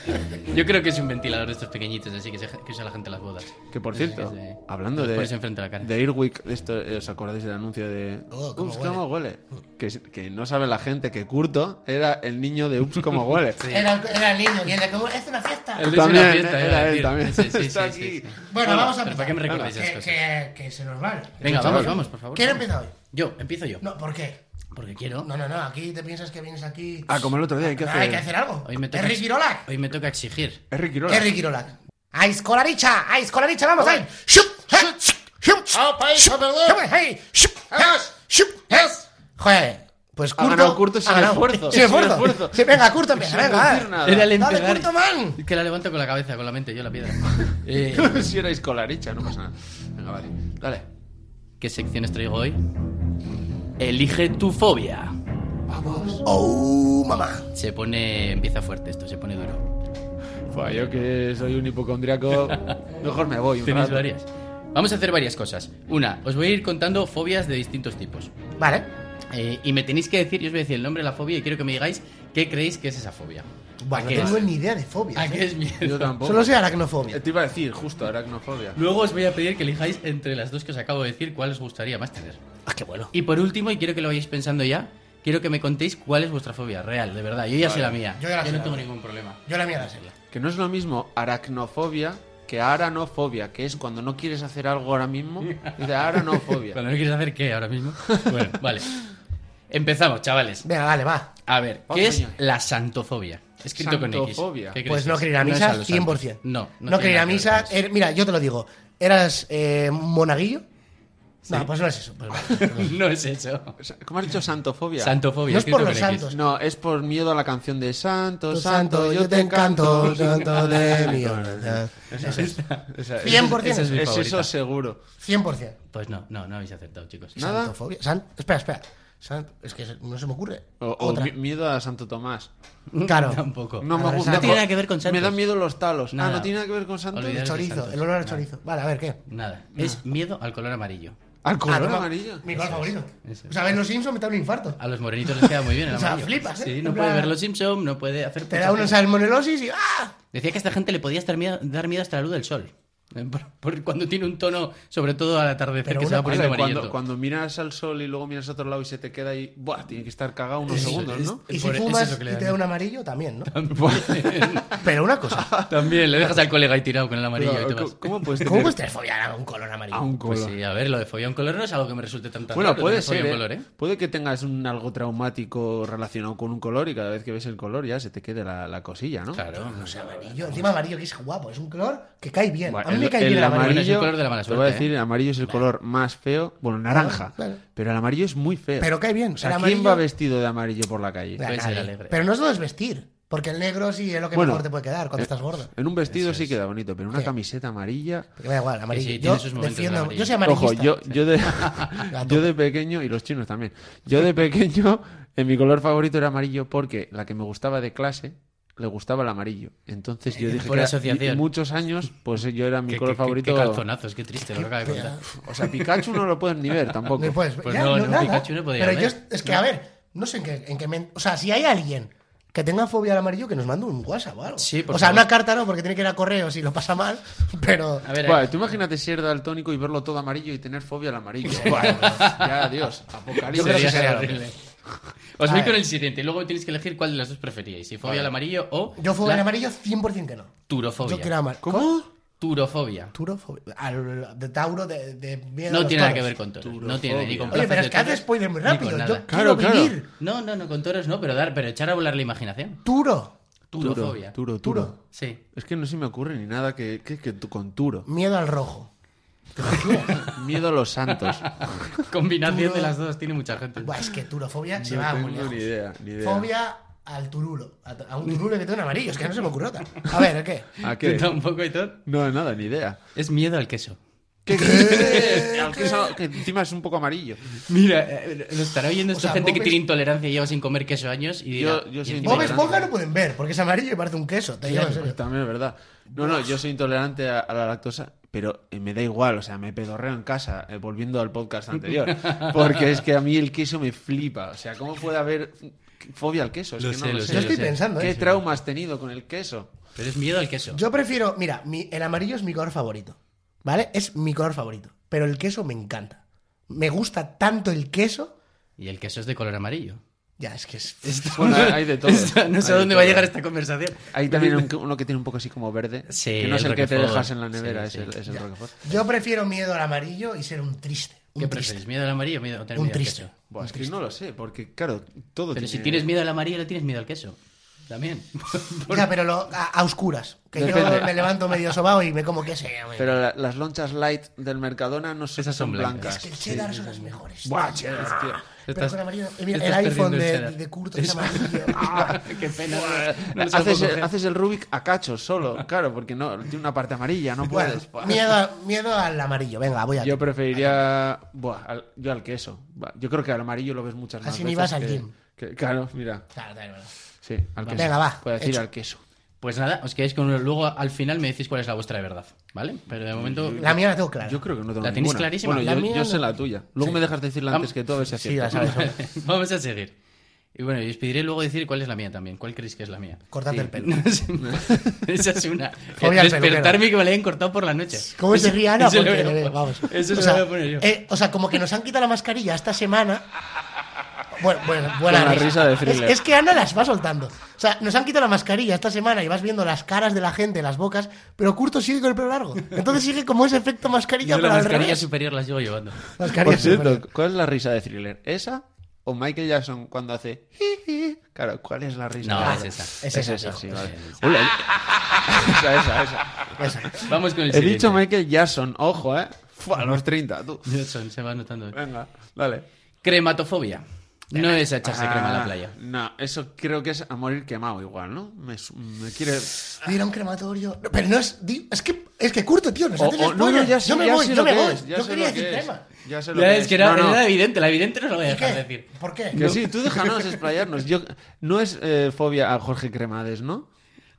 Speaker 6: Yo creo que es un ventilador de estos pequeñitos, así que, se, que usa la gente en las bodas.
Speaker 4: Que por cierto,
Speaker 6: Sí, sí.
Speaker 4: hablando
Speaker 6: Los
Speaker 4: de,
Speaker 6: pones enfrente a la cara.
Speaker 4: de Airwick, esto, eh, ¿os acordáis del anuncio de
Speaker 5: Oh, cómo
Speaker 4: Ups, cómo huele? Que, es- que no sabe la gente que Curto era el niño de Ups, cómo huele.
Speaker 5: Era, era el niño que era como, es una fiesta.
Speaker 6: El-
Speaker 4: También,
Speaker 6: Es una fiesta, iba a
Speaker 4: era él
Speaker 6: decir.
Speaker 4: también.
Speaker 6: Sí, sí, sí,
Speaker 4: Está
Speaker 6: sí,
Speaker 4: aquí.
Speaker 6: sí.
Speaker 5: Bueno, vamos a
Speaker 6: pero
Speaker 5: empezar.
Speaker 6: ¿para qué me recordáis
Speaker 5: Que-
Speaker 6: esas cosas?
Speaker 5: Que, que se nos van.
Speaker 6: Venga, vamos, vamos, por favor.
Speaker 5: ¿Quién empieza hoy?
Speaker 6: Yo, empiezo yo.
Speaker 5: No, ¿por qué?
Speaker 6: Porque quiero.
Speaker 5: No, no, no, aquí te piensas que vienes aquí.
Speaker 4: Ah, como el otro día, hay que
Speaker 5: Ah,
Speaker 4: hacer.
Speaker 5: hay que hacer algo.
Speaker 6: Hoy me toca.
Speaker 5: Henry Kirolak.
Speaker 6: Hoy me toca exigir.
Speaker 4: Henry Quiroga.
Speaker 5: Henry Kirolak. ¡A escolaricha! ¡A escolaricha! ¡Vamos ahí! ¡Shup! ¡Shup! ¡Shup!
Speaker 2: ¡Ah, país,
Speaker 5: ¡Shup!
Speaker 2: a perder!
Speaker 5: ¡Hey! ¡Shup!
Speaker 2: ¡Es!
Speaker 5: ¡Shup! ¡Es! Joder, pues
Speaker 4: Ha
Speaker 5: Curto.
Speaker 4: ganado Curto sin
Speaker 5: ha ganado. Sin
Speaker 4: esfuerzo. Sin
Speaker 5: esfuerzo.
Speaker 4: esfuerzo.
Speaker 5: Sí, venga, Curto, empieza,
Speaker 4: <laughs> Sin
Speaker 5: venga.
Speaker 4: decir
Speaker 5: va.
Speaker 4: nada.
Speaker 6: Era el
Speaker 5: Dale,
Speaker 6: empezar.
Speaker 5: Curto, man.
Speaker 6: Es que la levanto con la cabeza, con la mente, yo la
Speaker 5: <laughs>
Speaker 6: piedra. Eh,
Speaker 4: si erais colaricha, no pasa nada. Venga, vale. Dale.
Speaker 6: ¿Qué secciones traigo hoy? Elige tu fobia.
Speaker 5: Oh, mamá.
Speaker 6: Se pone. Empieza fuerte esto, se pone duro.
Speaker 4: Fua, yo que soy un hipocondriaco, <laughs> mejor me voy. un
Speaker 6: Tenéis
Speaker 4: rato.
Speaker 6: varias. Vamos a hacer varias cosas. Una, os voy a ir contando fobias de distintos tipos.
Speaker 5: Vale.
Speaker 6: Eh, y me tenéis que decir, yo os voy a decir el nombre de la fobia y quiero que me digáis qué creéis que es esa fobia.
Speaker 5: Bueno,
Speaker 6: ¿A qué
Speaker 5: no tengo
Speaker 6: es?
Speaker 5: ni idea de fobia.
Speaker 6: ¿A qué es miedo?
Speaker 4: Yo tampoco.
Speaker 5: Solo sé
Speaker 4: Eh,
Speaker 5: aracnofobia.
Speaker 4: Te iba a decir, justo, aracnofobia.
Speaker 6: Luego os voy a pedir que elijáis entre las dos que os acabo de decir cuál os gustaría más tener.
Speaker 5: Ah, qué bueno.
Speaker 6: Y por último, y quiero que lo vayáis pensando ya, quiero que me contéis cuál es vuestra fobia real, de verdad. Yo ya sé la mía.
Speaker 5: Yo ya la sé
Speaker 6: no
Speaker 5: la
Speaker 6: tengo
Speaker 5: mía.
Speaker 6: ningún problema.
Speaker 5: Yo la mía la sé.
Speaker 4: Que no es lo mismo aracnofobia que aranofobia, que es cuando no quieres hacer algo
Speaker 6: <laughs>
Speaker 4: ahora mismo, dice aranofobia.
Speaker 6: Cuando no quieres hacer qué ahora <laughs> mismo. Bueno, vale. Empezamos, chavales.
Speaker 5: Venga, vale, va.
Speaker 6: A ver,
Speaker 4: Vamos,
Speaker 6: ¿qué es
Speaker 4: señor.
Speaker 6: la santofobia? Escrito
Speaker 4: Santofobia.
Speaker 6: con X. ¿Qué crees
Speaker 5: Pues
Speaker 6: que
Speaker 5: no
Speaker 6: es?
Speaker 5: creer a
Speaker 6: es
Speaker 5: misa,
Speaker 6: los santos.
Speaker 5: 100%.
Speaker 6: No,
Speaker 5: no, creer a misa.
Speaker 6: Es...
Speaker 5: er- mira, yo te lo digo. ¿Eras eh, monaguillo? No, pues no es eso. pues vale, perdón.
Speaker 6: <laughs> No es eso.
Speaker 4: O sea, ¿Cómo has dicho santofobia?
Speaker 6: Santofobia.
Speaker 5: No es
Speaker 6: escrito
Speaker 5: por los
Speaker 6: con X.
Speaker 5: santos.
Speaker 4: No, es por miedo a la canción de Santo,
Speaker 5: Tu
Speaker 4: Santo, yo te
Speaker 5: encanto,
Speaker 4: encanto.
Speaker 5: santo
Speaker 4: <laughs>
Speaker 5: de mi alma.
Speaker 4: O sea, es-
Speaker 5: 100%.
Speaker 6: Esa es mi
Speaker 4: es
Speaker 6: favorita.
Speaker 4: eso seguro.
Speaker 5: 100%.
Speaker 6: Pues no, no, no habéis acertado, chicos. <laughs>
Speaker 4: ¿Nada?
Speaker 5: Santofobia. San- espera, espera. San- es que no se me ocurre.
Speaker 4: O, o
Speaker 5: Otra.
Speaker 4: mi- miedo a Santo Tomás.
Speaker 5: Claro.
Speaker 6: Tampoco.
Speaker 4: No,
Speaker 5: Ahora
Speaker 4: me gusta.
Speaker 5: Santo-
Speaker 6: No tiene nada que ver con
Speaker 4: Me
Speaker 6: santos.
Speaker 4: dan miedo los talos.
Speaker 6: Nada.
Speaker 4: Ah, no tiene nada que ver con Santo.
Speaker 6: Olvidar-
Speaker 5: Chorizo,
Speaker 6: Santos.
Speaker 5: el olor al chorizo. Vale, a ver, ¿qué?
Speaker 6: Nada. Es miedo al color amarillo.
Speaker 4: Al color
Speaker 5: Ah, toma-
Speaker 4: amarillo.
Speaker 5: Mi color favorito.
Speaker 6: Eso es.
Speaker 5: O sea, ver los Simpsons me da un infarto.
Speaker 4: Ah,
Speaker 6: A los morenitos les queda muy bien
Speaker 5: <laughs>
Speaker 6: el
Speaker 5: O sea,
Speaker 6: amarillo.
Speaker 5: flipas, ¿eh?
Speaker 6: Sí,
Speaker 5: En
Speaker 6: no puede
Speaker 5: plan-
Speaker 6: ver los Simpson, no puede hacer...
Speaker 5: Te da una salmonelosis y ¡ah!
Speaker 6: Decía que a esta gente le podía estar miedo- dar miedo hasta la luz del sol. Eh, Por, por cuando tiene un tono, sobre todo al atardecer,
Speaker 5: Pero
Speaker 6: que se
Speaker 5: una
Speaker 6: va poniendo
Speaker 4: Vale,
Speaker 6: amarillento.
Speaker 4: cuando, cuando miras al sol y luego miras a otro lado y se te queda ahí, buah, tiene que estar cagado unos
Speaker 6: Eso
Speaker 4: segundos,
Speaker 6: es.
Speaker 4: ¿no?
Speaker 5: Y si
Speaker 6: Por- eso es
Speaker 5: fumas
Speaker 6: lo que le
Speaker 5: y
Speaker 6: da
Speaker 5: te da un amarillo, también, ¿no?
Speaker 6: También,
Speaker 5: Pero una
Speaker 4: <laughs>
Speaker 5: cosa.
Speaker 6: <laughs> también le dejas al colega ahí tirado con el amarillo
Speaker 4: Pero,
Speaker 6: y te vas.
Speaker 4: ¿cómo- ¿Cómo puedes
Speaker 5: ¿Cómo
Speaker 4: tener
Speaker 5: puedes tener fobia a un color amarillo?
Speaker 4: a Ah, un color?
Speaker 6: Pues sí, a ver, lo de fobia a un color no es algo que me resulte tan tan
Speaker 4: Bueno,
Speaker 6: raro,
Speaker 4: puede
Speaker 6: tener
Speaker 4: ser.
Speaker 6: fobia a
Speaker 4: ¿eh?
Speaker 6: un color, ¿eh?
Speaker 4: Puede que tengas un algo traumático relacionado con un color y cada vez que ves el color ya se te quede la, la cosilla, ¿no?
Speaker 6: Claro, no sé.
Speaker 5: Amarillo, encima amarillo que es guapo, es un color que cae bien.
Speaker 4: Bueno,
Speaker 5: a mí
Speaker 4: el,
Speaker 5: me cae
Speaker 4: el
Speaker 5: bien el amarillo.
Speaker 4: amarillo.
Speaker 6: Bueno, es el color de la mala
Speaker 4: te voy a
Speaker 6: suerte, ¿eh?
Speaker 4: decir, el amarillo es el color más feo. Bueno, naranja.
Speaker 5: Claro, claro.
Speaker 4: Pero el amarillo es muy feo.
Speaker 5: Pero cae bien.
Speaker 4: o sea,
Speaker 5: el
Speaker 4: ¿quién va
Speaker 5: amarillo-
Speaker 4: vestido de amarillo por la calle?
Speaker 5: Ya,
Speaker 6: Puede
Speaker 5: nadie.
Speaker 6: ser alegre.
Speaker 5: Pero no es todo es vestir, porque el negro sí es lo que
Speaker 4: Bueno, eh,
Speaker 5: mejor te puede quedar cuando estás gordo.
Speaker 4: En un vestido sí queda bonito, pero una
Speaker 5: Sí.
Speaker 4: camiseta amarilla.
Speaker 5: Porque me da igual, amarillo.
Speaker 6: sí, tiene
Speaker 5: yo,
Speaker 6: sus momentos
Speaker 5: defiendo-
Speaker 6: el amarillo.
Speaker 5: yo soy amarillista.
Speaker 4: Ojo, yo, yo,
Speaker 6: <laughs>
Speaker 4: de, yo de pequeño, y los chinos también, yo de pequeño, <laughs> en mi color favorito era amarillo porque la que me gustaba de clase le gustaba el amarillo. Entonces yo dije
Speaker 6: Por
Speaker 4: que era-
Speaker 6: asociación.
Speaker 4: y muchos años, pues yo era mi
Speaker 6: Qué-
Speaker 4: color
Speaker 6: qué-
Speaker 4: favorito.
Speaker 6: Qué calzonazos, qué triste, lo que acaba de contar.
Speaker 4: o sea, Pikachu no lo puedes ni ver
Speaker 5: <laughs>
Speaker 4: tampoco.
Speaker 5: No puedes-
Speaker 6: Pues
Speaker 5: ya,
Speaker 6: no,
Speaker 5: no,
Speaker 6: no,
Speaker 5: nada.
Speaker 6: Pikachu no podía
Speaker 5: Pero yo,
Speaker 6: haber.
Speaker 5: es que, a ver, no sé en qué, en qué men- O sea, si hay alguien que tenga fobia al amarillo, que nos mande un WhatsApp o algo.
Speaker 6: Sí, por
Speaker 5: o sea,
Speaker 6: favor.
Speaker 5: una carta no, porque tiene que ir a correos y lo pasa mal, <laughs> pero...
Speaker 6: A ver,
Speaker 4: Buah,
Speaker 6: eh,
Speaker 4: tú imagínate ser daltónico y verlo todo amarillo y tener fobia al amarillo. Buah, ya, adiós. Apocalipsis.
Speaker 5: Yo creo que
Speaker 6: sería
Speaker 5: sería
Speaker 6: horrible.
Speaker 5: horrible.
Speaker 6: Os
Speaker 5: A
Speaker 6: voy
Speaker 5: ver.
Speaker 6: con el siguiente y luego tenéis que elegir cuál de las dos preferíais. Si fobia al amarillo o
Speaker 5: Yo fobia al
Speaker 6: la
Speaker 5: amarillo 100% que no.
Speaker 6: turofobia.
Speaker 5: Yo quiero amar.
Speaker 4: ¿Cómo?
Speaker 6: Turofobia.
Speaker 5: Turofobia. Al- de Tauro de, de miedo a
Speaker 6: No
Speaker 5: los
Speaker 6: tiene nada que
Speaker 5: toros.
Speaker 6: ver con toros. No tiene ni con
Speaker 5: Oye, pero
Speaker 6: plazas
Speaker 5: es
Speaker 6: de
Speaker 5: que haces
Speaker 6: toros,
Speaker 5: spoiler muy
Speaker 6: ni con
Speaker 5: rápido.
Speaker 6: nada.
Speaker 5: Yo quiero
Speaker 4: Claro, claro.
Speaker 5: vivir.
Speaker 6: No, no, no, con toros no, pero dar, pero echar a volar la imaginación.
Speaker 5: Turo.
Speaker 4: Turo,
Speaker 6: Turofobia.
Speaker 4: turo,
Speaker 5: Turo.
Speaker 4: turo.
Speaker 6: Sí. <laughs>
Speaker 4: Es que no se me ocurre ni nada que, que, que tú- con turo.
Speaker 5: Miedo al rojo.
Speaker 4: <laughs> Miedo a los santos.
Speaker 6: Combinación
Speaker 5: Turo.
Speaker 6: de las dos, tiene mucha gente.
Speaker 5: Buah, es que turofobia se
Speaker 4: no
Speaker 5: va
Speaker 4: tengo
Speaker 5: muy lejos.
Speaker 4: ni idea, ni idea.
Speaker 5: Fobia al turulo. A, a un turulo que tiene un amarillo. Es que no se me ocurrió
Speaker 4: <laughs>
Speaker 5: otra. A ver, ¿el ¿qué?
Speaker 4: ¿A
Speaker 6: ¿Tú
Speaker 4: qué?
Speaker 6: tampoco, Aitor?
Speaker 4: No, nada, ni idea.
Speaker 6: Es miedo al queso.
Speaker 4: ¿Qué
Speaker 6: Eh,
Speaker 4: dices? Aunque eso- que encima es un poco amarillo.
Speaker 6: Mira, eh, lo estará oyendo esta
Speaker 5: sea,
Speaker 6: gente
Speaker 5: Bob
Speaker 6: que
Speaker 5: es-
Speaker 6: tiene intolerancia y lleva sin comer queso años y dirá...
Speaker 4: Yo- yo
Speaker 6: y
Speaker 4: soy
Speaker 6: encima
Speaker 5: Bob
Speaker 6: hay
Speaker 4: intolerante.
Speaker 5: Esponja no pueden ver porque es amarillo y parece un queso. Te digo en serio.
Speaker 4: También es verdad. No, no, yo soy intolerante a, a la lactosa, pero eh, me da igual, o sea, me pedorreo en casa, eh, volviendo al podcast anterior. Porque es que a mí el queso me flipa. O sea, ¿cómo puede haber fobia al queso? Es
Speaker 6: Lo
Speaker 4: que no
Speaker 6: sé, lo sé,
Speaker 5: Yo
Speaker 6: lo
Speaker 5: estoy
Speaker 6: sé.
Speaker 5: pensando,
Speaker 4: ¿Qué
Speaker 5: ¿eh?
Speaker 4: trauma has tenido con el queso?
Speaker 6: Pero es miedo al queso.
Speaker 5: Yo prefiero. Mira, mi- el amarillo es mi color favorito. ¿Vale? Es mi color favorito. Pero el queso me encanta. Me gusta tanto el queso.
Speaker 6: Y el queso es de color amarillo.
Speaker 5: Ya, es que es.
Speaker 4: Bueno, hay de todo.
Speaker 6: no sé a
Speaker 4: Hay de
Speaker 6: dónde va a
Speaker 4: todo.
Speaker 6: llegar esta conversación.
Speaker 4: Hay
Speaker 5: <laughs>
Speaker 4: también un- uno que tiene un poco así como verde.
Speaker 6: Sí,
Speaker 4: que no es
Speaker 6: el
Speaker 4: el, que te
Speaker 6: Roquefort.
Speaker 4: dejas en la nevera,
Speaker 6: Sí,
Speaker 4: es el,
Speaker 6: sí.
Speaker 4: es el Roquefort.
Speaker 5: Yo prefiero miedo al amarillo y ser un triste. Un
Speaker 6: ¿Qué
Speaker 5: triste.
Speaker 6: prefieres? ¿Miedo al amarillo o miedo, tener
Speaker 5: Un
Speaker 6: miedo al
Speaker 5: triste.
Speaker 6: queso?
Speaker 4: Buah, es que no lo sé, porque claro, todo
Speaker 6: Pero
Speaker 4: tiene-
Speaker 6: si tienes miedo al amarillo, le tienes miedo al queso. También. <laughs>
Speaker 5: Ya, pero lo- a, a oscuras. Que
Speaker 4: Depende.
Speaker 5: yo me levanto medio sobao y me como queso.
Speaker 4: Pero la- las lonchas light del Mercadona no son,
Speaker 6: Esas son
Speaker 4: son blancas.
Speaker 5: Es que el cheddar son las mejores.
Speaker 4: Buah, che, tío.
Speaker 5: Pero
Speaker 6: Estás-
Speaker 5: con amarillo. eh, mira,
Speaker 6: estás
Speaker 5: el iPhone
Speaker 6: perdiendo el
Speaker 5: de,
Speaker 6: cheddar.
Speaker 5: de Curto
Speaker 4: <laughs>
Speaker 5: es amarillo. Ah,
Speaker 6: Qué pena. no- no les hago
Speaker 4: haces, el,
Speaker 6: coger.
Speaker 4: haces el Rubik a cachos solo, claro, porque no tiene una parte amarilla, <laughs> no
Speaker 5: bueno,
Speaker 4: puedes. Buah.
Speaker 5: miedo, a- miedo al amarillo. Venga, voy a.
Speaker 4: pues, Yo preferiría. Buah, al- yo al queso. Buah, Yo creo que al amarillo lo ves muchas más
Speaker 5: Así ni
Speaker 4: veces.
Speaker 5: vas al
Speaker 4: que-
Speaker 5: gym.
Speaker 4: que- claro, mira.
Speaker 5: Claro, claro, claro.
Speaker 4: Sí, al queso.
Speaker 5: Venga, va,
Speaker 4: Puedo decir
Speaker 5: hecho.
Speaker 4: al queso.
Speaker 6: Pues nada, os quedáis con uno. Luego al final me decís cuál es la vuestra de verdad. ¿vale? Pero de momento.
Speaker 5: La mía la tengo clara.
Speaker 4: Yo creo que no tengo
Speaker 6: ¿La tienes
Speaker 4: ninguna.
Speaker 6: clarísima?
Speaker 4: Bueno,
Speaker 5: La
Speaker 4: yo,
Speaker 5: mía
Speaker 4: yo
Speaker 5: no.
Speaker 4: sé la tuya. Luego me dejas decirla antes que todo, a ver si
Speaker 5: Sí,
Speaker 4: acierto.
Speaker 5: la
Speaker 4: <laughs>
Speaker 5: sabes. hombre.
Speaker 6: Vamos a <laughs> seguir. Y bueno, y os pediré luego decir cuál es la mía también. ¿Cuál creéis que es la mía?
Speaker 5: Cortate el pelo.
Speaker 6: <laughs> No sé. Esa es una.
Speaker 5: Fobia al
Speaker 6: Despertarme y que me la hayan cortado por la noche.
Speaker 5: ¿Cómo
Speaker 6: Eso-
Speaker 5: se ríe Ana?
Speaker 6: <laughs> eso lo
Speaker 5: Porque
Speaker 6: voy a-
Speaker 5: le ve, vamos.
Speaker 6: Eso
Speaker 5: o
Speaker 6: se
Speaker 5: sea,
Speaker 6: lo voy a poner yo.
Speaker 5: eh, o sea, como que nos han quitado la mascarilla esta semana. Bueno, bueno, buena
Speaker 4: Con la risa de
Speaker 5: es,
Speaker 4: thriller.
Speaker 5: es que Ana las va soltando. O sea, nos han quitado la mascarilla esta semana y vas viendo las caras de la gente, las bocas, pero Curto sigue con el pelo largo. Entonces sigue como ese efecto mascarilla,
Speaker 6: Yo
Speaker 5: pero
Speaker 6: la
Speaker 5: al
Speaker 6: mascarilla
Speaker 5: revés.
Speaker 6: superior la sigo llevando.
Speaker 5: Mascarilla
Speaker 4: Por cierto,
Speaker 5: superior.
Speaker 4: ¿cuál es la risa de thriller? ¿Esa o Michael Jackson cuando hace hi, hi? Claro, ¿cuál es la risa?
Speaker 6: No,
Speaker 4: Claro.
Speaker 6: es esa.
Speaker 5: Es
Speaker 4: Es,
Speaker 5: esa,
Speaker 4: esa, sí,
Speaker 5: hijo,
Speaker 4: vale. Hola. esa, esa, esa.
Speaker 5: Esa.
Speaker 6: Vamos con el
Speaker 4: He dicho
Speaker 6: siguiente.
Speaker 4: Michael Jackson, ojo, ¿eh? Fua, a los 30, tú.
Speaker 6: Johnson, se va notando.
Speaker 4: Venga, dale.
Speaker 6: Crematofobia. No es echarse crema
Speaker 4: Ah.
Speaker 6: a la playa.
Speaker 4: No, eso creo que es a morir quemado igual, ¿no? Me, su- me quiere...
Speaker 5: Ir a un crematorio. No, pero no es. di- Es que, es que Curto, tío, nos
Speaker 4: O-
Speaker 5: haces
Speaker 4: o- no, no,
Speaker 5: spoiler.
Speaker 4: ya sé,
Speaker 5: yo me
Speaker 4: ya
Speaker 5: voy,
Speaker 4: sé
Speaker 5: yo
Speaker 4: lo
Speaker 5: me
Speaker 4: que
Speaker 5: voy.
Speaker 4: es, ya
Speaker 5: yo
Speaker 4: sé
Speaker 5: quería
Speaker 4: lo que
Speaker 5: decir
Speaker 4: es,
Speaker 5: tema.
Speaker 4: Ya sé lo
Speaker 6: Ya
Speaker 4: que
Speaker 6: es
Speaker 4: es.
Speaker 6: que era,
Speaker 4: No, no.
Speaker 6: era evidente, la evidente no lo voy a
Speaker 5: ¿Por
Speaker 6: dejar de
Speaker 5: qué?
Speaker 6: decir.
Speaker 5: ¿Por qué?
Speaker 4: Que sí, tú déjanos explayarnos. Yo, no es eh, fobia a Jorge Cremades, ¿no?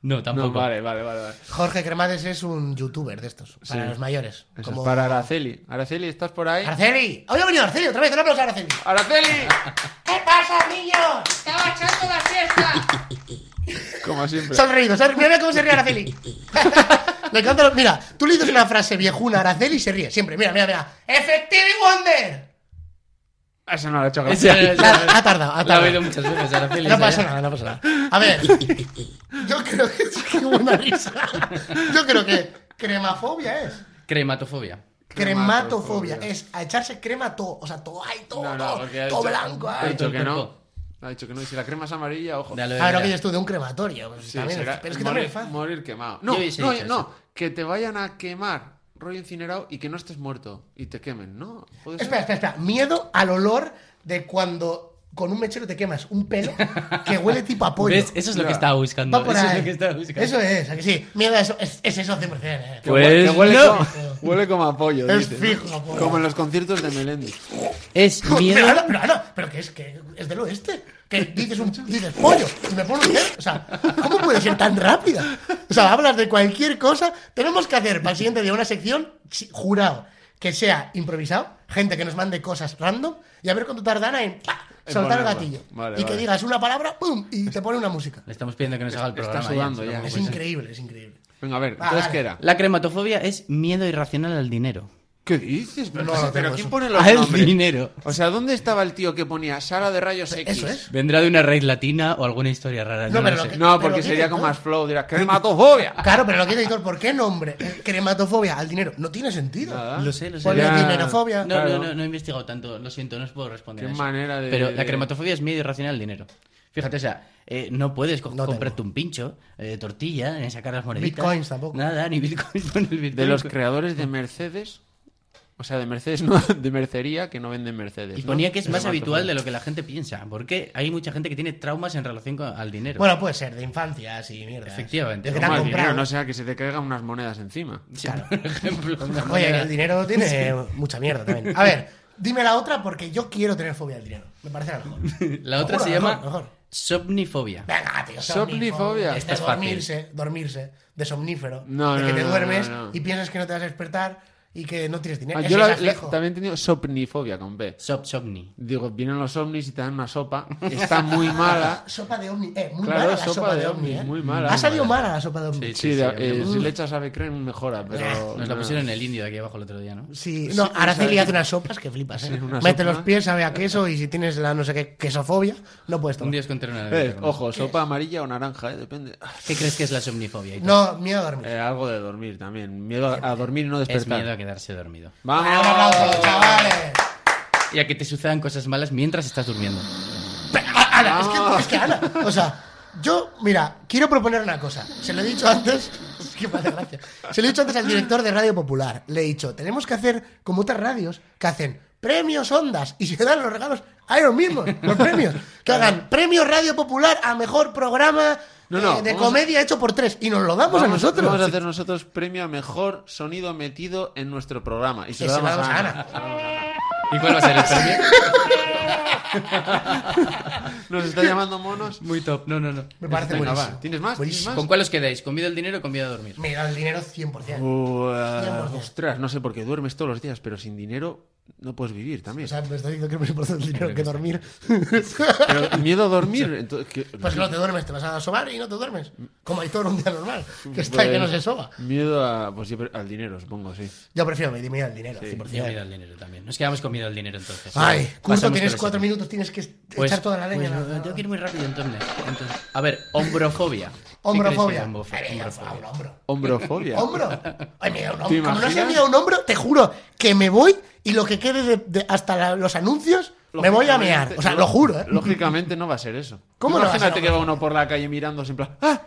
Speaker 6: No, tampoco.
Speaker 4: No, vale, vale, vale. vale.
Speaker 5: Jorge Cremades es un youtuber de estos, para
Speaker 4: Sí.
Speaker 5: los mayores.
Speaker 4: Eso
Speaker 5: como-
Speaker 4: es para Araceli. Araceli, ¿estás por ahí?
Speaker 5: ¡Araceli! ¡Hoy ha venido Araceli otra vez! ¡Un aplauso a Araceli!
Speaker 4: ¡Araceli!
Speaker 5: ¿Qué pasa, niños?
Speaker 4: Como siempre.
Speaker 5: Se han reído, se han- mira cómo se ríe Araceli. <laughs> Le encanta lo- Mira, tú le dices una frase viejuna a Araceli y se ríe siempre. Mira, mira, mira. ¡Effective Wonder!
Speaker 4: Eso no lo he hecho
Speaker 6: Esa
Speaker 4: gracia. <laughs>
Speaker 6: era-
Speaker 5: La- ha tardado, ha
Speaker 6: La he
Speaker 5: tardado.
Speaker 6: oído muchas veces, Araceli.
Speaker 5: No
Speaker 6: esa
Speaker 5: pasa
Speaker 4: ¿eh?
Speaker 6: ya.
Speaker 5: nada, no pasa nada. A ver, yo creo que es que hubo una risa. Yo creo que cremafobia es.
Speaker 6: <laughs> Crematofobia.
Speaker 5: Crematofobia es a echarse crema todo, o sea, todo, ay, todo,
Speaker 4: No, no,
Speaker 5: todo,
Speaker 4: porque ha
Speaker 5: todo
Speaker 4: dicho-
Speaker 5: blanco,
Speaker 4: Ha
Speaker 5: ay.
Speaker 4: dicho que no.
Speaker 6: cuerpo.
Speaker 4: Ha dicho que no. Y si la crema es amarilla, ojo.
Speaker 6: Dale,
Speaker 5: Ah, no,
Speaker 6: dale.
Speaker 5: que yo estuve en un crematorio. pues,
Speaker 4: Sí,
Speaker 5: también,
Speaker 4: será
Speaker 5: pero es que también
Speaker 4: morir,
Speaker 5: es fácil.
Speaker 4: morir quemado. No,
Speaker 6: Yo hubiese
Speaker 4: no,
Speaker 6: dicho
Speaker 4: no. Que te vayan a quemar, rollo incinerado, y que no estés muerto. Y te quemen, ¿no? ¿Puede ser?
Speaker 5: Espera, espera, espera. Miedo al olor de cuando con un mechero te quemas un pelo que huele tipo a pollo.
Speaker 6: ¿Ves? Eso es lo que
Speaker 4: Ya.
Speaker 6: estaba buscando.
Speaker 5: Va por
Speaker 6: eso
Speaker 5: ahí.
Speaker 6: es lo que estaba buscando.
Speaker 5: Eso es, ¿a que sí. Miedo a eso, es, es eso 100%. eh.
Speaker 4: Que hue- que
Speaker 6: Pues
Speaker 4: huele,
Speaker 6: no.
Speaker 4: como, huele como a pollo.
Speaker 5: Es
Speaker 4: dices,
Speaker 5: fijo,
Speaker 4: ¿no?
Speaker 5: pollo.
Speaker 4: Como en los conciertos de Melendi. <laughs>
Speaker 6: Es
Speaker 5: Pero,
Speaker 6: miedo.
Speaker 5: Ana, pero, Ana, pero que es que es del oeste. Que dices, un, dices pollo y me pones un dedo. O sea, ¿cómo puede ser tan rápida? O sea, hablas de cualquier cosa. Tenemos que hacer para el siguiente día una sección si- jurado que sea improvisado, gente que nos mande cosas random y a ver cuánto tardana en ¡pa!
Speaker 4: En
Speaker 5: soltar el
Speaker 4: ponerla.
Speaker 5: gatillo.
Speaker 4: Vale,
Speaker 5: y que
Speaker 4: vale.
Speaker 5: digas una palabra, ¡pum! y te pone una música.
Speaker 6: Le estamos pidiendo que nos haga el
Speaker 4: Está
Speaker 6: programa.
Speaker 4: sudando ya.
Speaker 5: Es
Speaker 4: pues sí.
Speaker 5: increíble, es increíble.
Speaker 4: Venga, a ver,
Speaker 5: Va,
Speaker 4: entonces,
Speaker 5: dale.
Speaker 4: ¿qué era?
Speaker 6: La crematofobia es miedo irracional al dinero.
Speaker 4: ¿Qué dices? Pero,
Speaker 5: No, no
Speaker 4: pero
Speaker 5: tengo
Speaker 4: ¿quién
Speaker 5: eso.
Speaker 4: pone los
Speaker 6: Al
Speaker 4: nombres?
Speaker 6: dinero.
Speaker 4: O sea, ¿dónde estaba el tío que ponía Sara de rayos X?
Speaker 5: Eso es.
Speaker 6: Vendrá de una raíz latina o alguna historia rara.
Speaker 5: No,
Speaker 6: No,
Speaker 5: pero
Speaker 6: lo
Speaker 5: lo
Speaker 6: sé.
Speaker 5: que-
Speaker 4: No,
Speaker 5: Pero
Speaker 4: porque
Speaker 5: ¿qué
Speaker 4: sería
Speaker 5: dices?
Speaker 4: con más flow. Dirás, ¡crematofobia!
Speaker 5: Claro, pero lo que dice editor, ¿por qué nombre? Crematofobia al dinero. No tiene sentido.
Speaker 4: Nada.
Speaker 6: Lo sé, lo sé.
Speaker 5: Ponle
Speaker 4: Ya.
Speaker 5: dinerofobia.
Speaker 6: No,
Speaker 4: Claro.
Speaker 6: no, no, no he investigado tanto, lo siento, no os puedo responder.
Speaker 4: Qué
Speaker 6: a eso.
Speaker 4: manera de-
Speaker 6: Pero la
Speaker 4: de-
Speaker 6: crematofobia es miedo irracional al dinero. Fíjate, o sea, eh, no puedes co-
Speaker 5: No
Speaker 6: comprarte un pincho, eh, tortilla, eh, sacar las moneditas.
Speaker 5: Bitcoins tampoco.
Speaker 6: Nada, ni bitcoins <laughs> con el bitcoin.
Speaker 4: De los creadores de Mercedes. O sea, de Mercedes, <laughs> no, de mercería que no venden Mercedes.
Speaker 6: Y ponía que es más habitual de lo que la gente piensa, porque hay mucha gente que tiene traumas en relación con- al dinero.
Speaker 5: Bueno, puede ser, de infancia, sí, mierda.
Speaker 6: Efectivamente.
Speaker 5: Es que te
Speaker 4: que
Speaker 5: han
Speaker 6: Como el
Speaker 5: comprado.
Speaker 4: no sea que se te caigan unas monedas encima.
Speaker 6: Sí, <laughs> por ejemplo. una
Speaker 5: Oye, que
Speaker 6: moneda.
Speaker 5: el dinero
Speaker 4: <laughs>
Speaker 5: tiene mucha mierda también. A ver, dime la otra porque yo quiero tener fobia al dinero. Me parece la
Speaker 4: <laughs>
Speaker 5: mejor.
Speaker 6: La otra
Speaker 5: Juro,
Speaker 6: se
Speaker 5: mejor,
Speaker 6: llama
Speaker 5: mejor.
Speaker 6: somnifobia.
Speaker 5: Venga, tío.
Speaker 4: Somnifobia.
Speaker 5: Este
Speaker 4: Esta
Speaker 5: es
Speaker 4: es fácil.
Speaker 5: dormirse, dormirse, de somnífero.
Speaker 4: No,
Speaker 5: de que
Speaker 4: no,
Speaker 5: te
Speaker 4: no,
Speaker 5: duermes
Speaker 4: no, no.
Speaker 5: y piensas que no te vas a despertar y que no tienes dinero.
Speaker 4: Ah,
Speaker 5: Ese es
Speaker 4: yo la- la-
Speaker 5: afijo.
Speaker 4: también he tenido sopnifobia con B.
Speaker 6: Sop- somni.
Speaker 4: Digo, vienen los ovnis y te dan una sopa. Está muy mala.
Speaker 5: Sopa de ovni. Eh, muy
Speaker 4: Claro,
Speaker 5: mala la sopa,
Speaker 4: sopa
Speaker 5: de,
Speaker 4: de
Speaker 5: ovni.
Speaker 4: ovni,
Speaker 5: eh.
Speaker 4: muy mala.
Speaker 5: Ha salido
Speaker 4: Muy
Speaker 5: mala la sopa de ovni.
Speaker 6: <laughs> Sí,
Speaker 4: Sí, de-
Speaker 6: a mí
Speaker 4: eh,
Speaker 6: me
Speaker 4: si le echas ave cream mejora, pero...
Speaker 6: Nos la
Speaker 4: no.
Speaker 6: pusieron en el indio de aquí abajo el otro día, ¿no?
Speaker 5: Sí, no, Araceli hace unas sopas que flipas, ¿eh?
Speaker 4: Sí, una
Speaker 5: Mete
Speaker 4: sopa.
Speaker 5: los pies, sabe a queso y si tienes la no sé qué quesofobia, no puedes
Speaker 6: Un
Speaker 5: tomar.
Speaker 6: día os contaré una
Speaker 4: Eh,
Speaker 6: anécdota con
Speaker 4: ojo, sopa amarilla o naranja, eh, depende.
Speaker 6: eso. ¿Qué crees que es la somnifobia? Aitor?
Speaker 5: No, miedo a dormir.
Speaker 4: Eh, algo de dormir también. Miedo a, a dormir y no
Speaker 6: es
Speaker 4: despertar.
Speaker 6: miedo a quedarse dormido.
Speaker 4: ¡Vamos!
Speaker 5: Un aplauso, chavales.
Speaker 6: Y a que te sucedan cosas malas mientras estás durmiendo.
Speaker 5: Ana, es que, es que Ana, o sea, yo, mira, quiero proponer una cosa. Se lo he dicho antes, <laughs> es que me hace gracia. Se lo he dicho antes al director de Radio Popular. Le he dicho, tenemos que hacer como otras radios que hacen premios ondas y se dan los regalos a ellos mismos, los premios. Que hagan premio Radio Popular a mejor programa
Speaker 4: No,
Speaker 5: eh,
Speaker 4: no,
Speaker 5: de
Speaker 4: vamos a-
Speaker 5: comedia hecho por tres y nos lo damos a nosotros.
Speaker 4: Vamos a hacer nosotros premio a mejor sonido metido en nuestro programa. Y se
Speaker 5: Que
Speaker 4: lo
Speaker 5: se lo
Speaker 4: damos
Speaker 5: damos
Speaker 4: a
Speaker 5: a
Speaker 4: Ana.
Speaker 5: Ana.
Speaker 6: ¿Y cuál va a
Speaker 5: <laughs>
Speaker 6: ser el premio?
Speaker 4: Nos está
Speaker 5: <laughs>
Speaker 4: llamando monos.
Speaker 6: Muy top. No, no, no.
Speaker 5: Me parece
Speaker 4: Venga,
Speaker 5: buenísimo.
Speaker 4: va. ¿Tienes más? ¿Tienes
Speaker 5: Buenísimo.
Speaker 4: más?
Speaker 6: ¿Con cuál os quedáis? ¿Con miedo al dinero o con miedo a dormir?
Speaker 5: Me da el dinero 100%.
Speaker 4: Uh,
Speaker 5: Cien por cien.
Speaker 4: ostras, no sé por qué duermes todos los días, pero sin dinero no puedes vivir también.
Speaker 5: O sea, me está diciendo que es más importante el dinero que dormir. <laughs>
Speaker 4: Pero miedo a dormir. Entonces, que-
Speaker 5: Pues que no te duermes, te vas a sobar y no te duermes. Como hay todo en un día normal, que está y que
Speaker 4: Pues
Speaker 5: no se soba.
Speaker 4: Miedo a, pues, yo pre- al dinero, supongo, sí.
Speaker 5: Yo prefiero mi dinero al dinero,
Speaker 6: Por
Speaker 5: 100%.
Speaker 6: cierto, miedo al dinero también. Nos quedamos con miedo al dinero entonces.
Speaker 5: Ay,
Speaker 6: Pasamos
Speaker 5: justo
Speaker 6: con
Speaker 5: tienes
Speaker 6: la
Speaker 5: cuatro
Speaker 6: siguiente.
Speaker 5: minutos, tienes que
Speaker 6: Pues-
Speaker 5: echar toda la leña.
Speaker 6: pues,
Speaker 5: No, no,
Speaker 6: Tengo que ir muy rápido entonces. Entonces, a ver, hombrofobia. ¿Qué
Speaker 5: Hombrofobia.
Speaker 6: crees que es
Speaker 5: Ay,
Speaker 6: hombrofobia?
Speaker 5: a un Eh, hombro.
Speaker 4: Hombrofobia.
Speaker 5: ¿Hombro? Ay, mira, un
Speaker 4: ¿Te
Speaker 5: hombro. Como no sea
Speaker 4: imaginas?
Speaker 5: mía un hombro, te juro que me voy y lo que quede de- de- hasta la- los anuncios me voy a mear. O sea, lo juro, ¿eh?
Speaker 4: Lógicamente no va a ser eso.
Speaker 5: ¿Cómo no va a ser
Speaker 4: Imagínate que va
Speaker 5: hombrofobia?
Speaker 4: uno por la calle mirando en plan. ¡Ah!